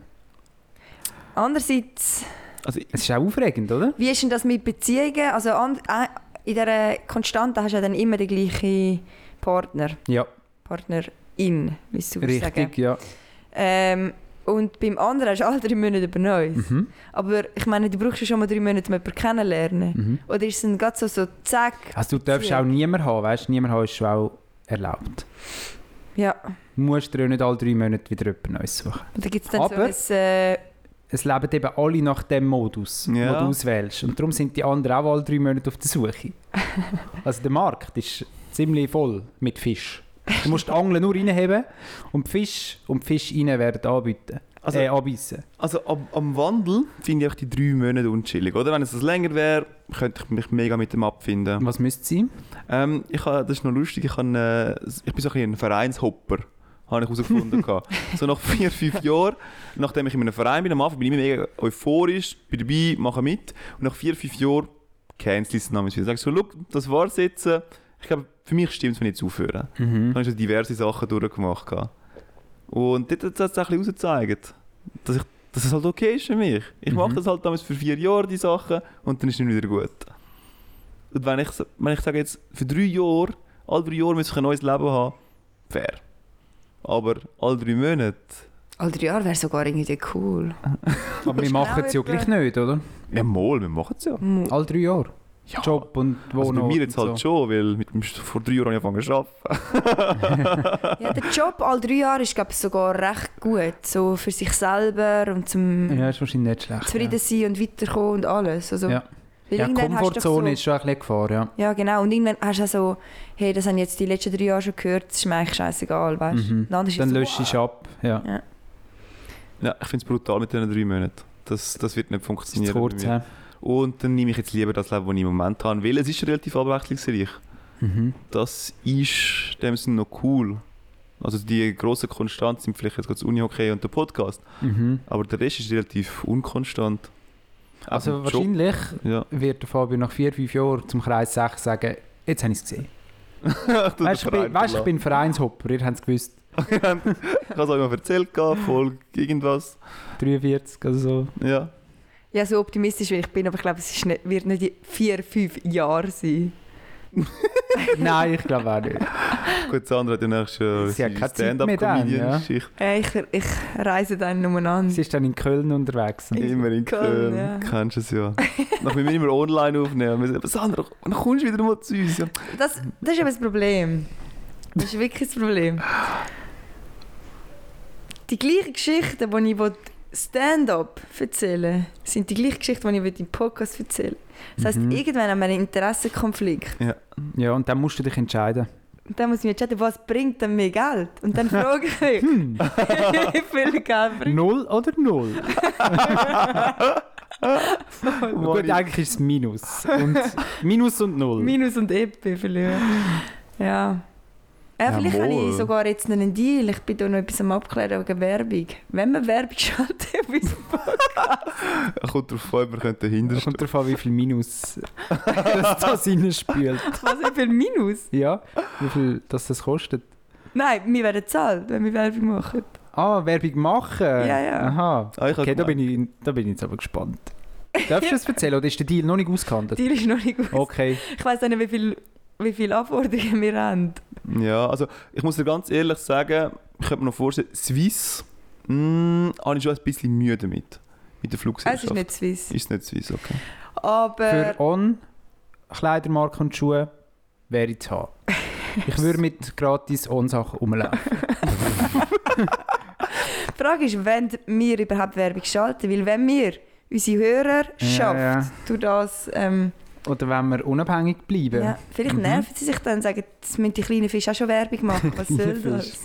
C: Andererseits,
B: Also, ich-
A: Es ist auch aufregend, oder?
C: wie ist denn das mit Beziehungen? Also an, äh, in dieser Konstante hast du ja dann immer den gleichen Partner,
A: Ja,
C: Partnerin, wie du sagen.
A: richtig, ja.
C: Ähm, und beim anderen hast du alle drei Monate über Neues.
A: Mhm.
C: Aber ich meine, du brauchst ja schon mal drei Monate um jemanden kennenlernen.
A: Mhm.
C: Oder ist es dann gerade so, so zack?
A: Also du darfst
C: Ja.
A: auch niemanden haben, weißt du? Niemand haben ist schon auch erlaubt.
C: Ja.
A: Du musst dir auch nicht alle drei Monate wieder jemanden Neues suchen.
C: Und dann gibt es dann
A: Aber-
C: so ein... Äh,
A: Es leben eben alle nach dem Modus, den
B: Ja.
A: du auswählst. Und darum sind die anderen auch alle drei Monate auf der Suche. also der Markt ist ziemlich voll mit Fisch. Du musst die Angel nur reinheben und die Fisch und die Fisch rein werden anbieten.
B: also,
A: äh, anbeissen.
B: also am, am Wandel finde ich auch die drei Monate unchillig, oder? Wenn es das länger wäre, könnte ich mich mega mit dem abfinden.
A: Was müsste es sein?
B: Ähm, ich habe, das ist noch lustig, ich, habe, äh, ich bin so ein, bisschen ein Vereinshopper, habe ich herausgefunden. gehabt. so nach vier, fünf Jahren, nachdem ich in einem Verein bin, am Anfang bin ich immer mega euphorisch, bin dabei, mache mit. Und nach vier, fünf Jahren cancel ich es namens wieder. Sagst so, look, das war's jetzt. Ich glaube, für mich stimmt es, wenn ich jetzt aufhöre.
A: Mhm.
B: Dann habe ich schon diverse Sachen durchgemacht. gehabt. Und dort hat es auch ein bisschen rausgezeigt, dass, ich, dass es halt okay ist für mich. Ich mache
A: Mhm.
B: das halt damals für vier Jahre, die Sachen, und dann ist es nicht wieder gut. Und wenn ich, wenn ich sage jetzt, für drei Jahre, alle drei Jahre müssen wir ein neues Leben haben, fair. Aber alle drei Monate,
C: alle drei Jahre wäre sogar irgendwie cool.
A: Aber wir
C: Genau
A: machen es ja
C: etwa.
A: gleich nicht, oder?
B: ja mal, wir machen es ja.
C: Mu-
A: Alle drei Jahre.
B: Ja.
A: Job und
B: Also
A: Wohnung.
B: bei mir jetzt
A: und
B: halt schon, weil mit dem, vor drei Jahren habe ich angefangen zu arbeiten.
A: Ah.
C: Ja, der Job alle drei Jahre ist glaube ich, sogar recht gut. So für sich selber und zum
A: Ja, ist wahrscheinlich nicht schlecht.
C: zufrieden sein und weiterkommen und alles. Also,
A: Ja.
C: weil
A: Ja, ja
C: irgendwann hast du doch
A: Komfortzone
C: so,
A: ist schon ein bisschen Gefahr, ja.
C: Ja, genau. Und irgendwann hast du auch so, hey, das habe ich jetzt die letzten drei Jahre schon gehört, das ist mir eigentlich scheißegal, weißt du.
A: Mhm.
C: Und anders ist
A: Dann
C: es so, "Ah."
A: löschst du es ab. Ja.
B: Ja, ich finde es brutal mit diesen drei Monaten. Das, das wird nicht
A: Das ist
B: funktionieren.
A: zu kurz.
B: bei mir.
A: Ja.
B: Und dann nehme ich jetzt lieber das Leben, das ich im Moment habe, weil es ist relativ abwechslungsreich.
A: Mhm.
B: Das ist in dem Sinne noch cool. Also die grossen Konstanten sind vielleicht jetzt gerade das Unihockey und der Podcast,
A: Mhm.
B: aber der Rest ist relativ unkonstant. Auch
A: Also
B: im Job,
A: wahrscheinlich
B: Ja.
A: wird der Fabio nach vier, fünf Jahren zum Kreis 6 sagen, jetzt habe ich es gesehen. Weißt du, ich, bin- weißt, ich bin Vereinshopper, ihr habt es gewusst,
B: ich habe es auch immer erzählt, gehabt, Folge irgendwas.
A: 43 oder so.
B: Ja.
C: ja, so optimistisch wie ich bin, aber ich glaube, es ist nicht, wird nicht in vier, fünf Jahre sein.
A: Nein, ich glaube auch nicht.
B: Gut, Sandra hat ja nächstes
A: Sie hat
B: Jahr
A: keine Zeit mehr dann,
B: Stand-Up-Comedian-Geschichte.
C: Ja, ich, ich reise dann nur an.
A: Sie ist dann in Köln unterwegs.
C: Ja.
B: Immer in Köln.
C: Köln, ja.
B: Kennst du es ja. Nach wir müssen immer online aufnehmen. Wir sagen, aber Sandra, dann kommst du wieder mal zu uns. Ja.
C: Das, das ist eben das Problem. Das ist wirklich das Problem. Die gleichen Geschichten, die ich will Stand-up erzählen sind die gleichen Geschichten, die ich will im Podcast erzählen Das heisst,
A: Mhm.
C: irgendwann haben wir einen Interessenkonflikt.
A: Ja, und dann musst du dich entscheiden.
C: Und dann muss ich mir entscheiden, was bringt denn mir Geld? Und dann frage ich mich, wie viel Geld bringt
A: Hm, Null oder null?
B: Mori.
A: Gut, eigentlich ist es Minus. Und Minus und Null.
C: Minus und Epi vielleicht. Ja. Ja,
B: Ja,
C: vielleicht habe
B: mal.
C: ich sogar jetzt noch einen Deal. Ich bin da noch etwas am Abklären wegen Werbung. Wenn man Werbung schaltet, wie
B: Kommt drauf an, wir könnten dahinter
A: Da kommt darauf an, wie viel Minus das da reinspült.
C: was ich für ein Minus?
A: Ja, wie viel dass das kostet.
C: Nein, wir werden zahlt, wenn wir Werbung machen.
A: Ah, Werbung machen?
C: Ja, ja.
A: Aha.
B: Ah, ich hab
A: Okay, da
B: gemeint.
A: bin, ich, da bin ich jetzt aber gespannt. Darfst du es erzählen oder ist der Deal noch nicht
C: Der
A: ausgehandelt?
C: Deal ist noch nicht gut.
A: Okay.
C: Ich weiss auch nicht, wie viel, wie viel Anforderungen wir haben.
B: Ja, also ich muss dir ganz ehrlich sagen, ich könnte mir noch vorstellen, Swiss mh, habe ich schon ein bisschen Mühe damit. Mit der
C: Ah, Es
B: Fluggesellschaft.
C: ist nicht Swiss.
B: Ist nicht Swiss, okay.
C: Aber
A: Für On, Kleidermarken und Schuhe wäre ich zu haben. Ich würde mit gratis On-Sachen rumlaufen.
C: die Frage ist, wenn wir überhaupt Werbung schalten. Weil wenn wir unsere Hörer schafft,
A: Ja, ja.
C: durch das... Ähm,
A: Oder wenn wir unabhängig bleiben.
C: ja, vielleicht
A: Mhm.
C: nerven sie sich dann und sagen, das müssen die kleinen Fische auch schon Werbung machen. Was soll
A: Kleine Fische.
C: das?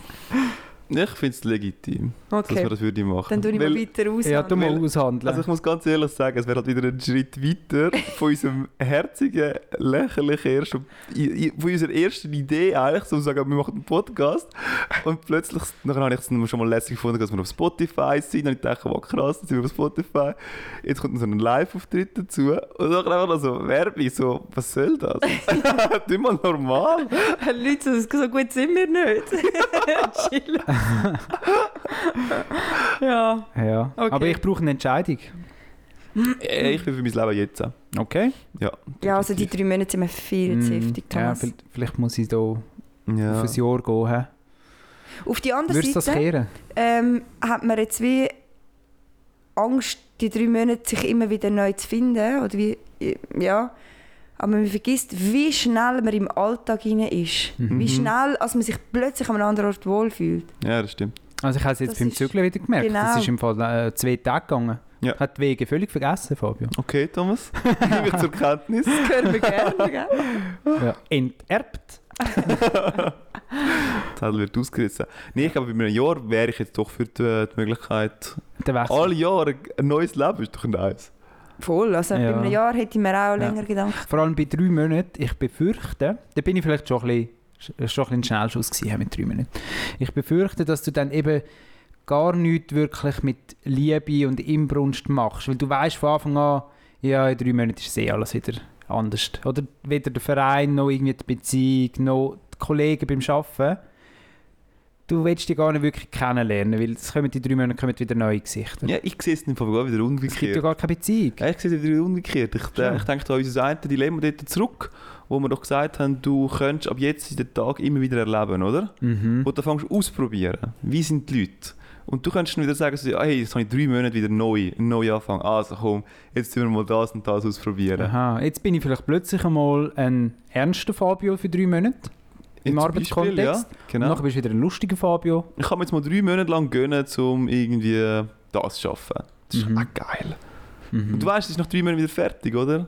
B: Ich finde es legitim, dass
C: Okay,
B: wir das würden machen.
C: dann tue ich
B: Weil-
C: mal weiter aus.
A: Ja, du mal
B: Weil-
A: aushandeln.
B: Also ich muss ganz ehrlich sagen, es wäre halt wieder ein Schritt weiter von unserem herzigen, lächerlichen ersten, i- i- von unserer ersten Idee eigentlich, so zu sagen, wir machen einen Podcast und plötzlich, nachher habe ich es schon mal lässig gefunden, dass wir auf Spotify sind und ich dachte, wow krass, jetzt sind wir auf Spotify, jetzt kommt noch so ein Live-Auftritt dazu und dann einfach noch so Werbung, so, was soll das? Nicht mal normal.
F: Leute, so- so gut sind wir nicht. Chill. ja.
A: ja. Aber ich brauche eine Entscheidung.
B: Äh, Ich bin für mein Leben jetzt.
A: Okay.
C: Ja, also die drei Monate sind mir viel zu heftig,
A: Mm, Mhm. ja,
C: Thomas.
A: vielleicht, vielleicht muss ich da
B: Ja.
A: auf ein Jahr gehen. hä?
C: Auf die andere
A: Würdest du das
C: Seite...
A: kehren?
C: ähm, hat man jetzt wie Angst, die drei Monate sich immer wieder neu zu finden oder wie, ja. Aber man vergisst, wie schnell man im Alltag hinein ist.
B: Mhm.
C: Wie schnell, als man sich plötzlich an einem anderen Ort wohlfühlt.
B: ja, das stimmt.
A: Also ich habe es jetzt
C: Das
A: beim
C: ist-
A: Zügeln wieder gemerkt. Das
C: Genau.
A: ist im Fall äh, zwei Tage gegangen.
B: Ja.
A: Ich habe die Wege völlig vergessen, Fabio.
B: Okay, Thomas, nehme ich zur Kenntnis.
F: Das hören wir gerne, gell?
A: Ja. Enterbt.
B: Tadel wird ausgerissen. Nee, ich glaube, bei einem Jahr wäre ich jetzt doch für die, die Möglichkeit.
A: Der Wechsel.
B: Alle Jahre ein neues Leben ist doch nice.
C: Voll. Also
A: Ja.
C: bei einem Jahr hätte ich mir auch länger Gedanken.
A: Vor allem bei drei Monaten, ich befürchte, da bin ich vielleicht schon ein bisschen, schon ein bisschen ein Schnellschuss gewesen mit drei Monaten. Ich befürchte, dass du dann eben gar nichts wirklich mit Liebe und Inbrunst machst, weil du weißt von Anfang an, ja, in drei Monaten ist eh alles wieder anders. Oder weder der Verein, noch irgendwie die Beziehung, noch die Kollegen beim Arbeiten. Du willst die gar nicht wirklich kennenlernen, weil es kommen die drei Monate kommen wieder neue Gesichter.
B: Ja, ich sehe es im Fall gar wieder
A: es gibt ja
B: umgekehrt.
A: gar keine Beziehung.
B: Ja, ich sehe es wieder umgekehrt. Ich,
A: Schon.
B: äh, ich denke da an unser eine Dilemma dort zurück, wo wir doch gesagt haben, du könntest ab jetzt den Tag immer wieder erleben, oder?
A: Mhm.
B: Wo du fängst ausprobieren. Wie sind die Leute? Und du könntest dann wieder sagen, so, ah, hey, jetzt habe ich drei Monate wieder neu, einen neuen Anfang. Also komm, jetzt tun wir mal das und das ausprobieren.
A: Aha, jetzt bin ich vielleicht plötzlich einmal ein ernster Fabio für drei Monate. Im
B: Zum
A: Arbeitskontext.
B: Beispiel, Ja,
A: Und
B: genau.
A: nachher bist du wieder ein lustiger Fabio.
B: Ich kann mir jetzt mal drei Monate lang gönnen, um irgendwie das zu schaffen. Das ist
A: Mhm.
B: auch geil. Und du weißt, es ist nach drei Monaten wieder fertig, oder?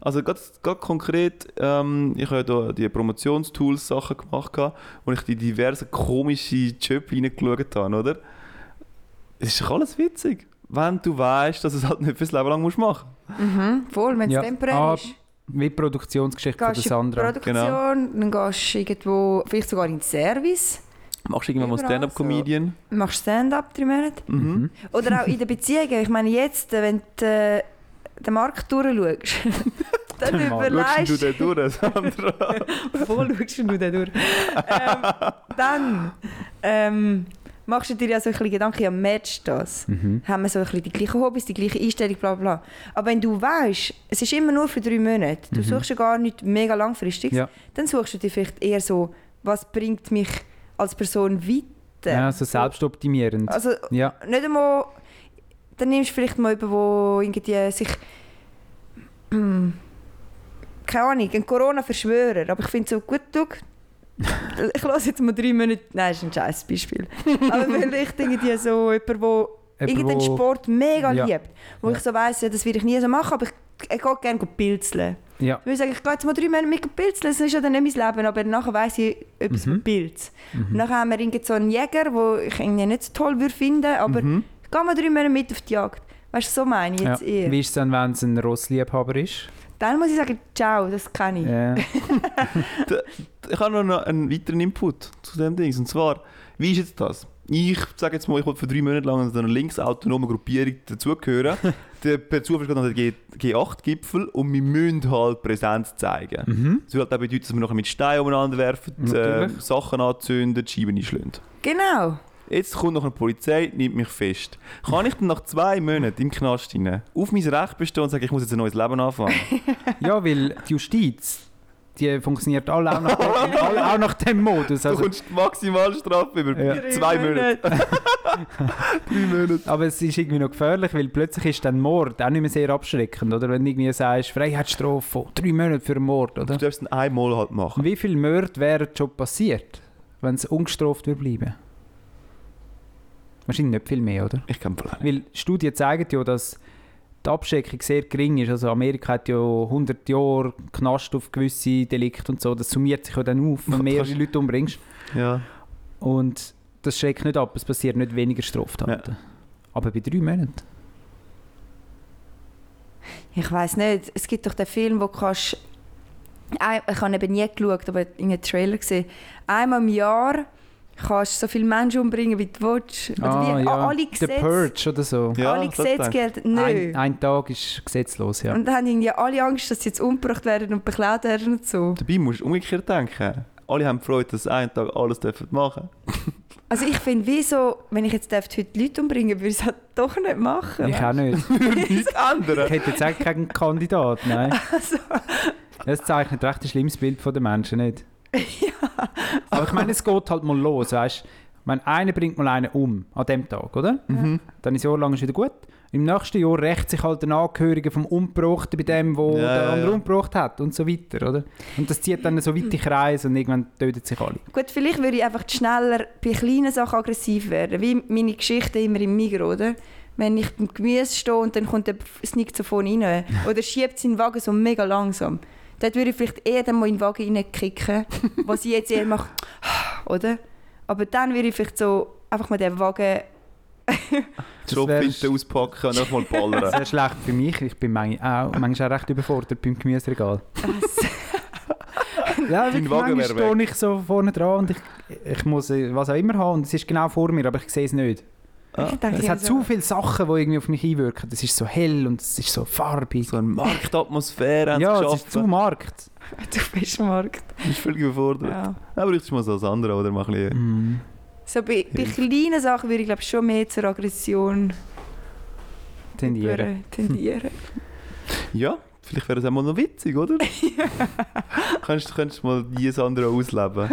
B: Also ganz, ganz konkret, ähm, ich habe ja da die Promotionstools-Sachen gemacht, gehabt, wo ich die diversen komischen Jobs reingeschaut habe, oder? Es ist doch alles witzig, wenn du weißt, dass du es halt nicht fürs Leben lang musst machen
C: Mhm. Voll, wenn es
A: Ja.
C: temporär
A: Ah,
C: ist.
A: Wie die Produktionsgeschichte von der
C: Gehst in die
A: Sandra. Genau.
C: Produktion, dann gehst du irgendwo, vielleicht sogar in den Service,
B: musst. Machst du irgendwann mal
A: Genau
C: Überall
B: Stand-Up-Comedian?
C: machst Stand-up drei Monate.
B: Mhm.
C: Oder auch in den Beziehungen. Ich meine, jetzt, wenn du äh, den Markt durchschaust, dann
A: Den Markt.
B: Schaust du
C: überlegst
B: den durch, Sandra?
F: Wo schaust du denn durch? ähm, dann
C: ähm, machst du dir ja so ein bisschen Gedanken, ja, matcht das?
A: Mhm.
C: Haben wir so ein bisschen die gleichen Hobbys, die gleiche Einstellung, bla bla. Aber wenn du weißt, es ist immer nur für drei Monate, du suchst ja gar nicht mega langfristiges,
A: Mhm. Ja.
C: dann suchst du dir vielleicht eher so, was bringt mich als Person weiter?
A: Ja, so selbstoptimierend.
C: Also
A: ja.
C: nicht einmal. Dann nimmst du vielleicht mal jemanden, wo irgendwie sich. Hm, keine Ahnung, ein Corona-Verschwörer. Aber ich finde so, gut, du. Ich lasse jetzt mal drei Monate. Nein, ist ein scheiß Beispiel. Aber vielleicht irgendwie so jemand, wo irgendeinen
A: Jemand, wo-
C: Sport mega
A: Äh, Ja.
C: liebt. Wo
A: Ja.
C: ich so weiss, ja, das würde ich nie so machen, aber ich, ich gehe gerne pilzeln.
A: Ja.
C: Ich würde sagen, ich gehe jetzt mal drei Monate mit pilzeln, das ist ja dann nicht mein Leben, aber nachher weiss ich etwas
A: Mhm.
C: mit Pilz. Und nachher haben wir irgend so einen Jäger, den ich irgendwie nicht so toll würde finden, aber
B: Mhm.
C: ich gehe mal drei Monate mit auf die Jagd. Weißt du, so meine ich
A: Ja.
C: jetzt eher.
A: Wie ist es dann, wenn es ein Rossliebhaber ist?
C: Dann muss ich sagen, ciao, das kann ich.
A: Ja.
B: ich habe noch einen weiteren Input zu dem Ding. Und zwar, wie ist jetzt das? Ich sage jetzt mal, ich wollte für drei Monate lang zu einer linksautonomen Gruppierung dazugehören. Der- per Zufall ist gerade noch der G- G8-Gipfel und wir müssen halt Präsenz zeigen.
A: Mhm.
B: Das würde halt auch bedeuten, dass wir nachher mit Steinen umeinander werfen, äh,
A: Natürlich.
B: Sachen anzünden, die Scheiben einschlagen.
C: Genau.
B: Jetzt kommt noch eine Polizei, nimmt mich fest. Kann ich dann nach zwei Monaten im Knast rein auf mein Recht bestehen und sagen, ich muss jetzt ein neues Leben anfangen?
A: ja, weil die Justiz, die funktioniert alle auch nach, alle auch nach dem Modus.
B: Du
A: Also,
B: kommst die Maximalstrafe über
A: Ja.
B: zwei Monate. Drei Monate.
A: aber es ist irgendwie noch gefährlich, weil plötzlich ist dann Mord auch nicht mehr sehr abschreckend, oder? Wenn du irgendwie sagst, Freiheitsstrafe von drei Monate für einen Mord, oder?
B: Du darfst es einmal halt machen.
A: Wie viele Morde wären schon passiert, wenn es ungestraft würde bleiben? Wahrscheinlich nicht viel mehr, oder?
B: Ich kann vielleicht
A: Weil Studien zeigen ja, dass die Abschreckung sehr gering ist. Also Amerika hat ja 100 Jahre Knast auf gewisse Delikte und so. Das summiert sich ja dann auf, wenn
B: Du
A: mehrere
B: kannst-
A: Leute umbringst.
B: nicht. Ja.
A: Und das schreckt nicht ab, es passieren nicht weniger Straftaten. Aber bei drei Monaten.
C: Ich weiß nicht. Es gibt doch den Film, wo kannst. Ein- Ich habe eben nie geschaut, aber in einem Trailer gesehen. Einmal im Jahr kannst du so viele Menschen umbringen, wie du willst. Oder wie ah, alle
A: The
C: Gesetze,
A: Purge oder so.
B: Ja,
C: alle
B: das hab ich
C: Gesetze
B: gedacht.
C: gelten nicht.
A: Ein, ein Tag ist gesetzlos, ja.
C: Und dann haben irgendwie alle Angst, dass sie jetzt umgebracht werden und beklaut werden und so.
B: Dabei musst du umgekehrt denken. Alle haben die Freude, dass sie einen Tag alles dürfen machen
C: Also ich finde, wieso, wenn ich jetzt dürfte, heute Leute umbringen würde ich es halt doch nicht machen.
A: Ich auch nicht.
B: dürfen. Nichts
A: Ich
B: anderes.
A: hätte jetzt auch keinen Kandidat, nein.
C: Also,
A: Das zeichnet recht ein schlimmes Bild von den Menschen nicht.
C: ja.
A: Aber ich meine, es geht halt mal los, weißt du? Wenn einer bringt mal einen um an dem Tag, oder? Dann ist ein Jahr lang ist wieder gut. Im nächsten Jahr rächt sich halt ein Angehöriger vom Umgebrachten bei dem, wo
B: Ja,
A: der
B: ja,
A: andere
B: ja.
A: umgebracht hat und so weiter, oder? Und das zieht dann so weite Kreise und irgendwann töten sich alle.
C: Gut, vielleicht würde ich einfach schneller bei kleinen Sachen aggressiv werden, wie meine Geschichte immer im Migros, oder? Wenn ich beim Gemüse stehe und dann kommt der Sneak so vorne rein oder schiebt seinen Wagen so mega langsam. Dort würde ich vielleicht eher dann mal in den Wagen reinkicken, was ich jetzt eher mache, oder? Aber dann würde ich vielleicht so einfach mal den Wagen...
A: Das wär-
B: Jobfinte auspacken und nochmal
A: Das
B: ballern.
A: wäre schlecht für mich. Ich bin manchmal auch, manchmal auch recht überfordert beim Gemüseregal. ja,
B: Dein
A: wirklich,
B: Wagen
A: manchmal
B: wär weg.
A: stehe ich so vorne dran und ich, ich muss äh, was auch immer haben und es ist genau vor mir, aber ich sehe es nicht.
B: Ah,
C: Ich denke,
A: Es
C: ich
A: hat
C: so-
A: zu viele Sachen, die irgendwie auf mich einwirken. Es ist so hell und es ist so farbig.
B: so eine Marktatmosphäre haben sie
A: ja, es
B: geschaffen.
A: ist zu markt.
C: Du bist Markt.
B: Das ist völlig überfordert.
C: Ja.
B: Aber ich mal so das andere, oder? Mal ein bisschen.
A: Mm.
C: So bei, bei
B: Hilfe.
C: kleinen Sachen würde ich glaube schon mehr zur Aggression
A: Tendieren.
C: tendieren.
B: Ja, vielleicht wäre das auch mal noch witzig, oder? könntest du könntest mal jedes andere ausleben.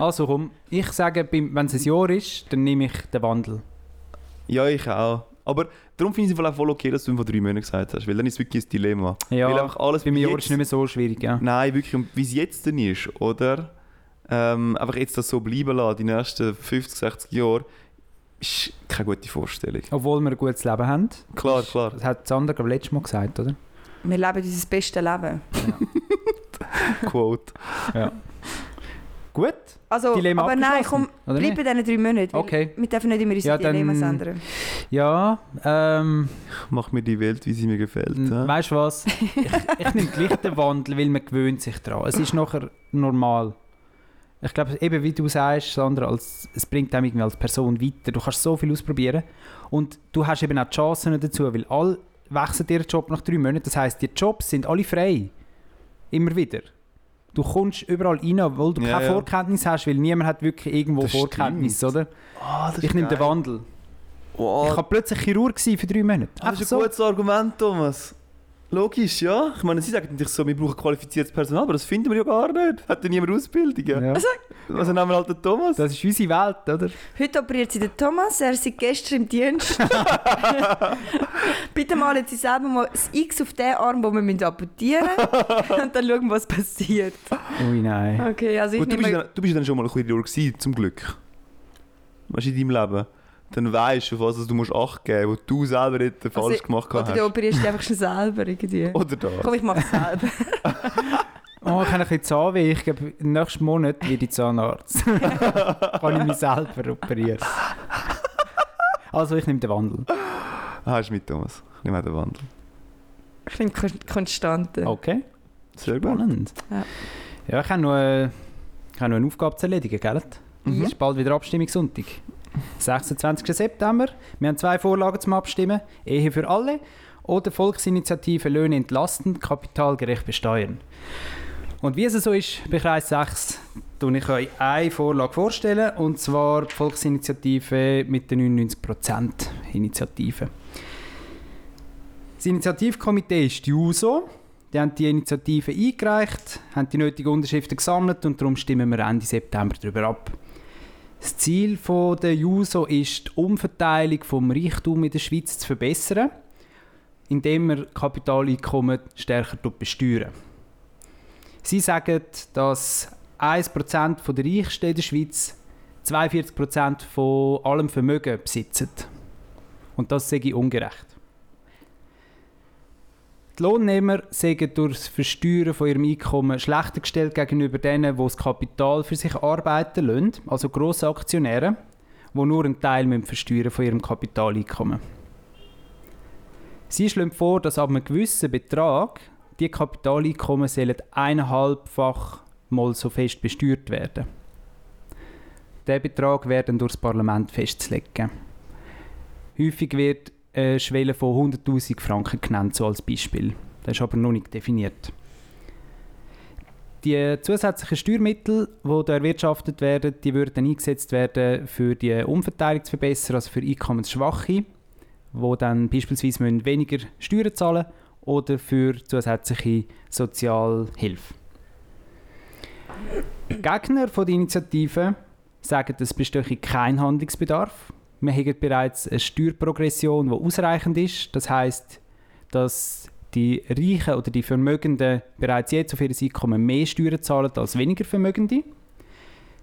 A: Also komm, ich sage, beim- wenn es ein Jahr ist, dann nehme ich den Wandel.
B: Ja, ich auch. Aber darum finde ich es im Fall auch voll okay, dass du vor drei Monaten gesagt hast, weil dann ist es wirklich ein Dilemma.
A: Ja,
B: weil einfach alles
A: beim
B: wie
A: Jahr
B: jetzt-
A: ist es nicht mehr so schwierig. Ja.
B: Nein, wirklich, und wie es jetzt denn ist, oder? Ähm, einfach jetzt das so bleiben lassen, die nächsten 50, 60 Jahre, ist keine gute Vorstellung.
A: Obwohl wir ein gutes Leben haben.
B: Klar, klar.
A: Das hat Sander glaub ich, letztes Mal gesagt, oder?
C: Wir leben unser bestes Leben.
B: Quote.
A: Gut,
C: Also,
A: Dilemma
C: aber nein, komm,
A: abgeschlossen, oder
C: bleib
A: nicht?
C: bei diesen drei Monaten. weil
A: Okay.
C: Wir dürfen nicht immer unsere
A: Ja, dann-
C: Dilemmas ändern.
A: Ja, ähm,
B: Mach mir die Welt, wie sie mir gefällt.
A: n-
B: Ja?
A: weißt du was? Ich, ich nehme gleich den Wandel, weil man gewöhnt sich daran. Es ist nachher normal. Ich glaube, eben wie du sagst, Sandra, als, es bringt einem irgendwie als Person weiter. Du kannst so viel ausprobieren und du hast eben auch die Chancen dazu, weil alle wechseln ihren Job nach drei Monaten. Das heisst, die Jobs sind alle frei. Immer wieder. Du kommst überall rein, obwohl du
B: Ja,
A: keine
B: ja.
A: Vorkenntnis hast, weil niemand hat wirklich irgendwo
B: Das
A: Vorkenntnis,
B: stimmt.
A: oder?
B: Ah, das ist
A: Ich nehme den
B: geil.
A: Wandel.
B: Oh,
A: Ich war plötzlich Chirurg gewesen für drei Monate.
B: Ah, Das
A: Einfach
B: ist ein gutes Argument, Thomas. Logisch, ja. Ich meine, sie sagen natürlich so, wir brauchen qualifiziertes Personal, aber das finden wir ja gar nicht. Hat ja niemand Ausbildungen.
A: Ja.
B: Also nehmen wir halt den Thomas.
A: Das ist unsere Welt, oder?
C: Heute operiert sie den Thomas, er ist seit gestern im Dienst. Bitte malen Sie selber mal das X auf den Arm, wo wir müssen amputieren müssen. und dann schauen, was passiert.
A: Ui, nein.
C: Okay, also ich
B: Gut, du, bist
C: nehme...
B: ja dann, du bist ja dann schon mal ein Chirurg gewesen, zum Glück. Weißt du, in deinem Leben. Dann weißt du, auf was du musst Acht geben musst, was du selber nicht falsch
C: Also,
B: gemacht
C: Oder
B: hast. Oh.
C: du operierst dich einfach schon selber irgendwie.
B: Oder da.
C: Komm, ich mache es selber.
A: Oh, ich habe ein bisschen Zahnweh. Ich glaube, nächsten Monat werde ich Zahnarzt. Kann ich mich selber operieren. Also, ich nehme den Wandel.
B: Ah, ist mit Thomas. Ich nehme auch den Wandel.
C: Ich bin kon konstante.
A: Okay,
B: Sehr gut.
A: spannend.
C: Ja.
A: Ja, ich habe noch, äh, ich habe noch eine Aufgabe zu erledigen, gell?
B: Mhm.
A: Es ist bald wieder Abstimmungssonntag. 26. September. Wir haben zwei Vorlagen zum Abstimmen. Ehe für alle oder Volksinitiative Löhne entlasten, kapitalgerecht besteuern. Und wie es so ist, bei Kreis 6 tue ich euch eine Vorlage vorstellen, und zwar die Volksinitiative mit der 99% Initiative. Das Initiativkomitee ist die JUSO. Die haben die Initiative eingereicht, haben die nötigen Unterschriften gesammelt und darum stimmen wir Ende September darüber ab. Das Ziel von der JUSO ist, die Umverteilung vom Reichtum in der Schweiz zu verbessern, indem wir Kapitaleinkommen stärker besteuern. Sie sagen, dass 1% von der Reichsten in der Schweiz 42% von allem Vermögen besitzen. Und das sei ungerecht. Die Lohnnehmer sind durch das Versteuern von ihrem Einkommen schlechter gestellt gegenüber denen, die das Kapital für sich arbeiten lassen, also grosse Aktionäre. die nur einen Teil müssen versteuern von ihrem Kapitaleinkommen. Sie schlägt vor, dass ab einem gewissen Betrag die Kapitaleinkommen sollen eineinhalbfach mal so fest besteuert werden. Der Betrag werden durch das Parlament festzulegen. Häufig wird eine äh, Schwelle von 100.000 Franken genannt, so als Beispiel. Das ist aber noch nicht definiert. Die zusätzlichen Steuermittel, die da erwirtschaftet werden, die würden dann eingesetzt werden, für die Umverteilung zu verbessern, also für Einkommensschwache, die dann beispielsweise müssen weniger Steuern zahlen müssen oder für zusätzliche Sozialhilfe. Gegner von der Initiative sagen, es bestehe kein Handlungsbedarf. Wir haben bereits eine Steuerprogression, die ausreichend ist. Das heißt, dass die Reichen oder die Vermögenden bereits jetzt auf ihr Einkommen mehr Steuern zahlen als weniger Vermögende.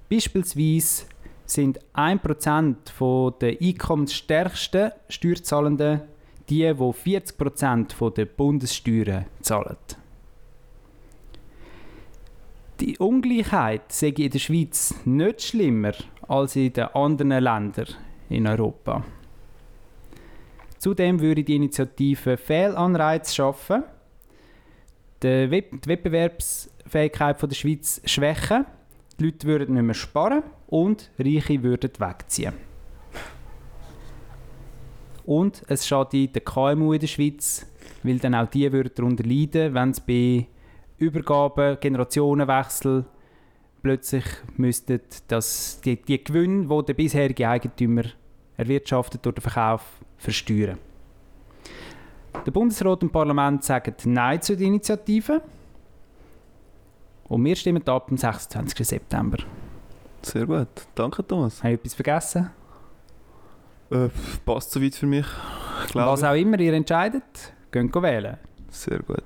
A: Beispielsweise sind 1% von der einkommensstärksten Steuerzahlenden die, die 40% von der Bundessteuern zahlen. Die Ungleichheit sehe ich in der Schweiz nicht schlimmer als in den anderen Ländern in Europa. Zudem würde die Initiative Fehlanreize schaffen, die Wett- die Wettbewerbsfähigkeit von der Schweiz schwächen, die Leute würden nicht mehr sparen und Reiche würden wegziehen. Und es schadet den KMU in der Schweiz, weil dann auch die würden darunter leiden, wenn es bei Übergaben, Generationenwechsel plötzlich müssten, dass die, die Gewinne, die der bisherige Eigentümer erwirtschaftet durch den Verkauf, versteuern. Der Bundesrat und Parlament sagen Nein zu der Initiative. Und wir stimmen ab am 26. September.
B: Sehr gut. Danke, Thomas.
A: Habe ich etwas vergessen?
B: Äh, passt soweit für mich. Glaube
A: Was auch immer ihr entscheidet, geht wählen.
B: Sehr gut.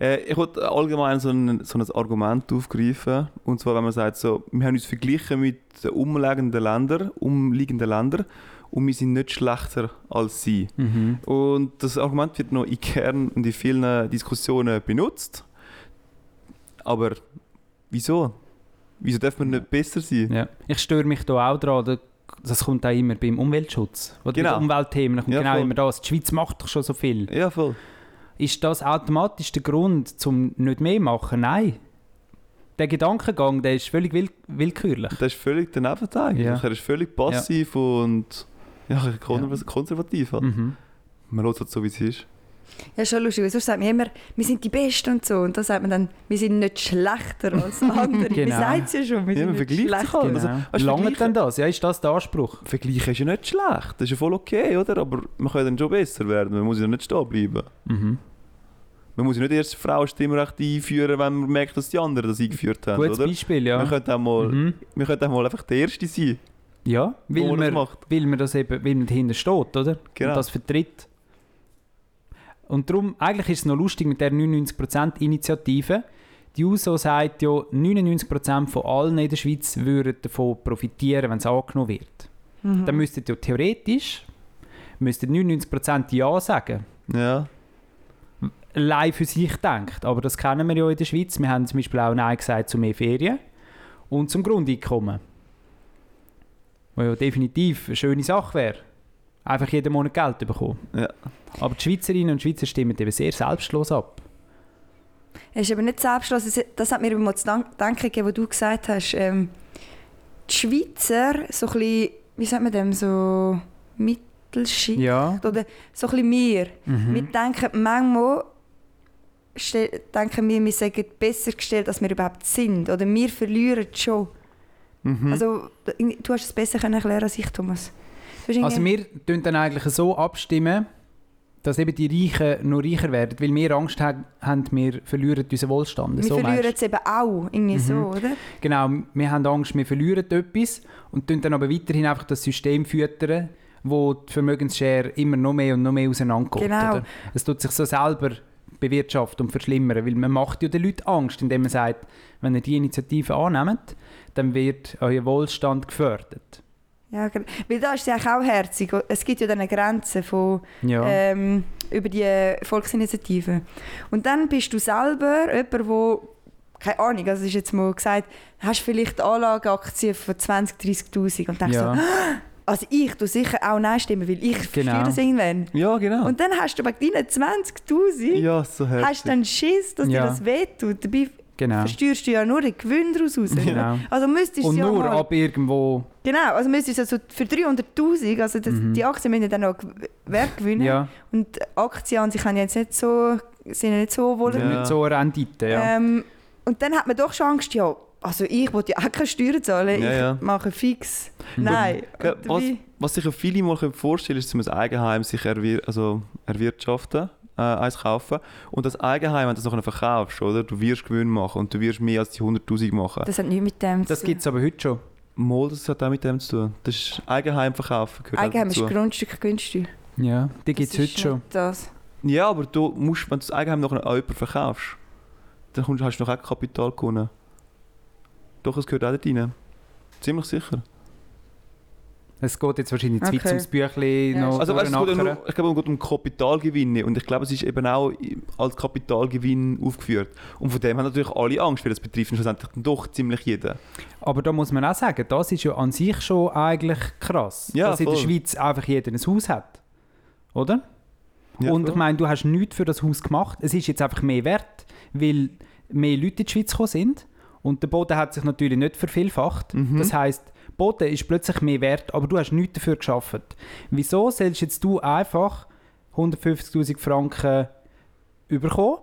B: Äh, ich wollte allgemein so ein, so ein Argument aufgreifen. Und zwar, wenn man sagt, so, wir haben uns verglichen mit den umliegenden Ländern, umliegenden Ländern und wir sind nicht schlechter als sie.
A: Mhm.
B: Und das Argument wird noch in Kern und in vielen Diskussionen benutzt. Aber wieso? Wieso darf man nicht besser sein?
A: Ja. Ich störe mich da auch dran. da- Das kommt auch immer beim Umweltschutz. Oder
B: Genau.
A: bei den Umweltthemen kommt
B: Ja,
A: genau
B: voll.
A: immer das. Die Schweiz macht doch schon so viel.
B: Ja, voll.
A: Ist das automatisch der Grund, zum nicht mehr machen? Nein. Der Gedankengang, der ist völlig will willkürlich.
B: Das ist völlig daneben eigentlich.
A: Ja.
B: Er ist völlig passiv und ja, ein bisschen konserv konservativ. Halt.
A: Mhm.
B: Man lässt es so, wie es ist.
C: Ja, schon lustig, weil sonst sagt man immer, wir sind die Besten und so. Und da sagt man dann, wir sind nicht schlechter als andere. Wie
A: Genau.
C: sagt ja schon, wir
B: Ja, man
C: sind nicht
B: vergleicht sich
C: schlechter.
B: halt.
A: Genau.
B: Also, weißt,
A: Lange
B: vergleichen-
A: denn das? Ja, ist das der Anspruch?
B: Vergleichen ist ja nicht schlecht. Das ist ja voll okay, oder? Aber man kann ja dann schon besser werden. Man muss ja nicht stehen bleiben.
A: Mhm.
B: Man muss ja nicht erst Frauenstimmrecht einführen, wenn man merkt, dass die anderen das eingeführt haben,
A: Gutes
B: oder?
A: Beispiel,
B: Man,
A: ja.
B: könnte auch mal,
A: Mhm.
B: man könnte auch mal einfach der Erste sein,
A: Ja,
B: der
A: weil
B: das
A: man,
B: macht.
A: weil man das eben weil man dahinter steht, oder?
B: Genau.
A: Und das vertritt. Und darum, eigentlich ist es noch lustig mit der 99%-Initiative. Die USO sagt ja, 99% von allen in der Schweiz würden davon profitieren, wenn es angenommen wird.
C: Mhm.
B: Mhm.
A: Dann müssten ja theoretisch müssten 99% Ja sagen.
B: Ja,
A: allein für sich denkt. Aber das kennen wir ja in der Schweiz. Wir haben zum Beispiel auch Nein gesagt zu mehr Ferien und zum Grundeinkommen. Was ja definitiv eine schöne Sache wäre. Einfach jeden Monat Geld bekommen.
B: Ja.
A: Aber die Schweizerinnen und Schweizer stimmen eben sehr selbstlos ab.
C: Es ist aber nicht selbstlos. Das hat mir immer mal zu dank- denken gegeben, was du gesagt hast. Ähm, die Schweizer, so ein bisschen, wie sagt man dem, so Mittelschicht
A: Ja. Mhm.
C: oder so ein bisschen wir. Wir denken manchmal, ste- denken wir, wir seien besser gestellt, als wir überhaupt sind. Oder wir verlieren schon.
A: Mhm.
C: Also, du hast es besser können erklären als ich, Thomas. Du hast
A: Also
C: irgendwie-
A: wir tun dann eigentlich so abstimmen, dass eben die Reichen noch reicher werden, weil wir Angst ha- haben, wir verlieren unseren Wohlstand.
C: wir
A: so meinst
C: verlieren
A: du? Mhm.
C: es eben auch, irgendwie so, oder?
A: Genau, wir haben Angst, wir verlieren etwas und tun dann aber weiterhin einfach das System füttern, wo die Vermögensschere immer noch mehr und noch mehr auseinandergeht.
C: Genau.
A: Oder? Es tut sich so selber bewirtschaften und verschlimmern, weil man macht ja den Leuten Angst, indem man sagt, wenn ihr die Initiative annehmt, dann wird euer Wohlstand gefördert.
C: Ja, genau. weil da ist es eigentlich auch herzig. Es gibt ja dann eine Grenze von,
A: Ja,
C: ähm, über die Volksinitiative. Und dann bist du selber jemand, wo keine Ahnung, also es ist jetzt mal gesagt, hast vielleicht Anlageaktien von 20'000, 30'000 und denkst so,
A: ja.
C: Also ich tue sicher auch Nein stimmen, weil
A: Genau.
C: ich verstehe das irgendwann.
B: Ja, genau.
C: Und dann hast du wegen deinen 20'000
B: ja, so herzig.
C: hast du dann Schiss, dass
A: Ja.
C: dir das wehtut. Dabei
A: Genau.
C: versteuerst du ja nur den Gewinn daraus raus.
A: Genau.
C: Also müsstest du
A: Und
C: es ja
A: nur
C: mal,
A: ab irgendwo.
C: Genau, also müsstest du es also für 300'000, also das, die Aktien müssen ja dann noch gew- Wert gewinnen.
A: Mhm. Ja,
C: Und Aktien an sich haben ja jetzt nicht so, sind ja nicht so wohl.
B: Ja.
A: mit so einer Rendite. Ja.
C: Ähm, und dann hat man doch schon Angst, ja, also ich will ja auch keine Steuern zahlen,
B: Ja,
C: ich
B: ja.
C: mache fix. Nein.
B: Ja,
C: Und
B: was,
C: dabei-
B: was sich ja viele mal können vorstellen ist, dass man ein Eigenheim sich erwir also erwirtschaften, äh, eins kaufen. Und das Eigenheim, wenn du das nachher verkaufst, oder? Du wirst Gewinn machen und du wirst mehr als die 100'000 machen.
C: Das hat nichts mit dem
A: Das
C: zu
A: gibt es aber heute schon.
B: Mal, das hat auch mit dem zu tun. Das ist Eigenheim verkaufen gehört auch
C: Eigenheim ist
B: dazu.
C: Grundstück günstig.
A: Ja, die
C: Das
A: gibt es
C: ist
A: heute schon.
C: nicht Das.
B: Ja, aber du musst, wenn du das Eigenheim nachher an jemanden verkaufst, dann kommst- hast du noch auch Kapital gewonnen. Doch, es gehört auch dort rein. Ziemlich sicher.
A: Es geht jetzt wahrscheinlich zu weit
C: Okay.
A: ums Büchlein
C: Ja,
A: noch
B: Also, weißt, es geht ja
A: durchnackern.
B: nur, ich glaube, es geht um Kapitalgewinne. Und ich glaube, es ist eben auch als Kapitalgewinn aufgeführt. Und von dem haben natürlich alle Angst, weil das betrifft schlussendlich dann doch ziemlich jeden.
A: Aber da muss man auch sagen, das ist ja an sich schon eigentlich krass,
B: Ja,
A: dass in der
B: voll.
A: Schweiz einfach jeder ein Haus hat. Oder?
B: Ja,
A: und ich
B: voll.
A: meine, du hast nichts für das Haus gemacht. Es ist jetzt einfach mehr wert, weil mehr Leute in die Schweiz gekommen sind. Und der Boden hat sich natürlich nicht vervielfacht.
B: Mhm.
A: Das heißt, Boden ist plötzlich mehr wert, aber du hast nichts dafür geschafft. Wieso sollst jetzt du einfach 150.000 Franken überkommen,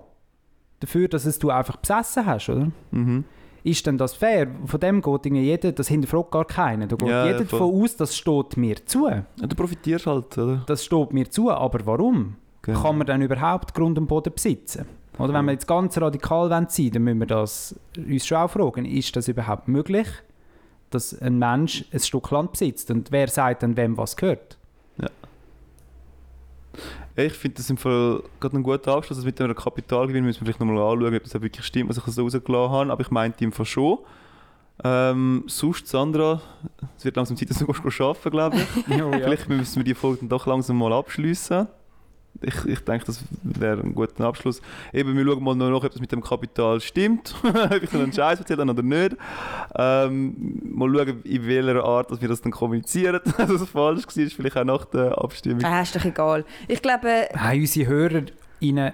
A: dafür, dass es du einfach besessen hast, oder?
B: Mhm.
A: Ist denn das fair? Von dem geht irgendwie jeder, das hinterfragt gar keiner. Da geht
B: Ja, ja,
A: jeder
B: voll.
A: davon aus, das steht mir zu.
B: Ja, du profitierst halt, oder?
A: Das steht mir zu, aber warum?
B: Genau.
A: Kann man dann überhaupt Grund und Boden besitzen? Oder wenn wir jetzt ganz radikal wollen sein dann müssen wir das uns schon auch fragen, ist das überhaupt möglich, dass ein Mensch ein Stück Land besitzt und wer sagt dann wem was gehört?
B: Ja, Ich finde das im Fall gerade ein guter Abschluss. Das mit dem Kapitalgewinn müssen wir vielleicht nochmal anschauen, ob das auch wirklich stimmt, was ich so rausgelassen habe. Aber ich meinte im Fall schon. Ähm, sonst, Sandra, es wird langsam Zeit, dass du gehst arbeiten, glaube ich. Vielleicht müssen wir die Folge dann doch langsam mal abschließen. Ich, ich denke, das wäre ein guter Abschluss. Eben, wir schauen mal noch nach, ob das mit dem Kapital stimmt. ob ich noch einen Scheiß erzählt habe oder nicht. Ähm, mal schauen, in welcher Art dass wir das dann kommunizieren. dass es falsch war, vielleicht auch nach der Abstimmung.
C: Ah, ist doch egal. Ich glaube,
A: Nein, unsere Hörerinnen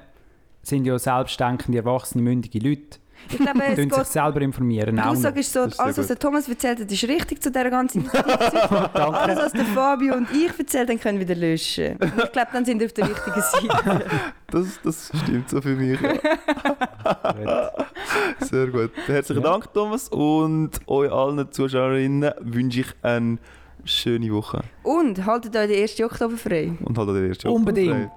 A: sind ja selbstdenkende, erwachsene, mündige Leute.
C: ich glaube es
A: Die sich
C: geht...
A: selber informieren.
C: Die
A: auch noch.
C: Aussage ist so,
B: Das ist
C: alles
B: sehr
C: was
B: gut.
C: der Thomas erzählt hat, ist richtig zu dieser ganzen Initiative. alles was der Fabio und ich erzählt, dann können wir wieder löschen. Und ich glaube, dann sind wir auf der richtigen Seite.
B: Das, das stimmt so für mich. Ja. Sehr gut. Herzlichen
A: Ja.
B: Dank, Thomas. Und euch allen Zuschauerinnen wünsche ich eine schöne Woche.
C: Und haltet euch den 1. Oktober frei.
B: Und halt auch den ersten
A: Unbedingt.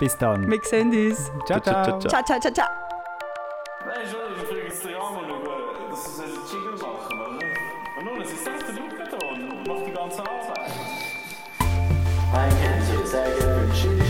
A: Bis dann.
C: Wir sehen uns.
A: Ciao, ciao.
C: Ciao, ciao, ciao, ciao.
D: Nein, schon, ich kriege es dir an, wenn das ist eine Jingle-Sache, oder? ne? Und nun, es ist echt der Luke da und macht die ganze Arbeit.
E: I can't say it's I get from Chili
D: halt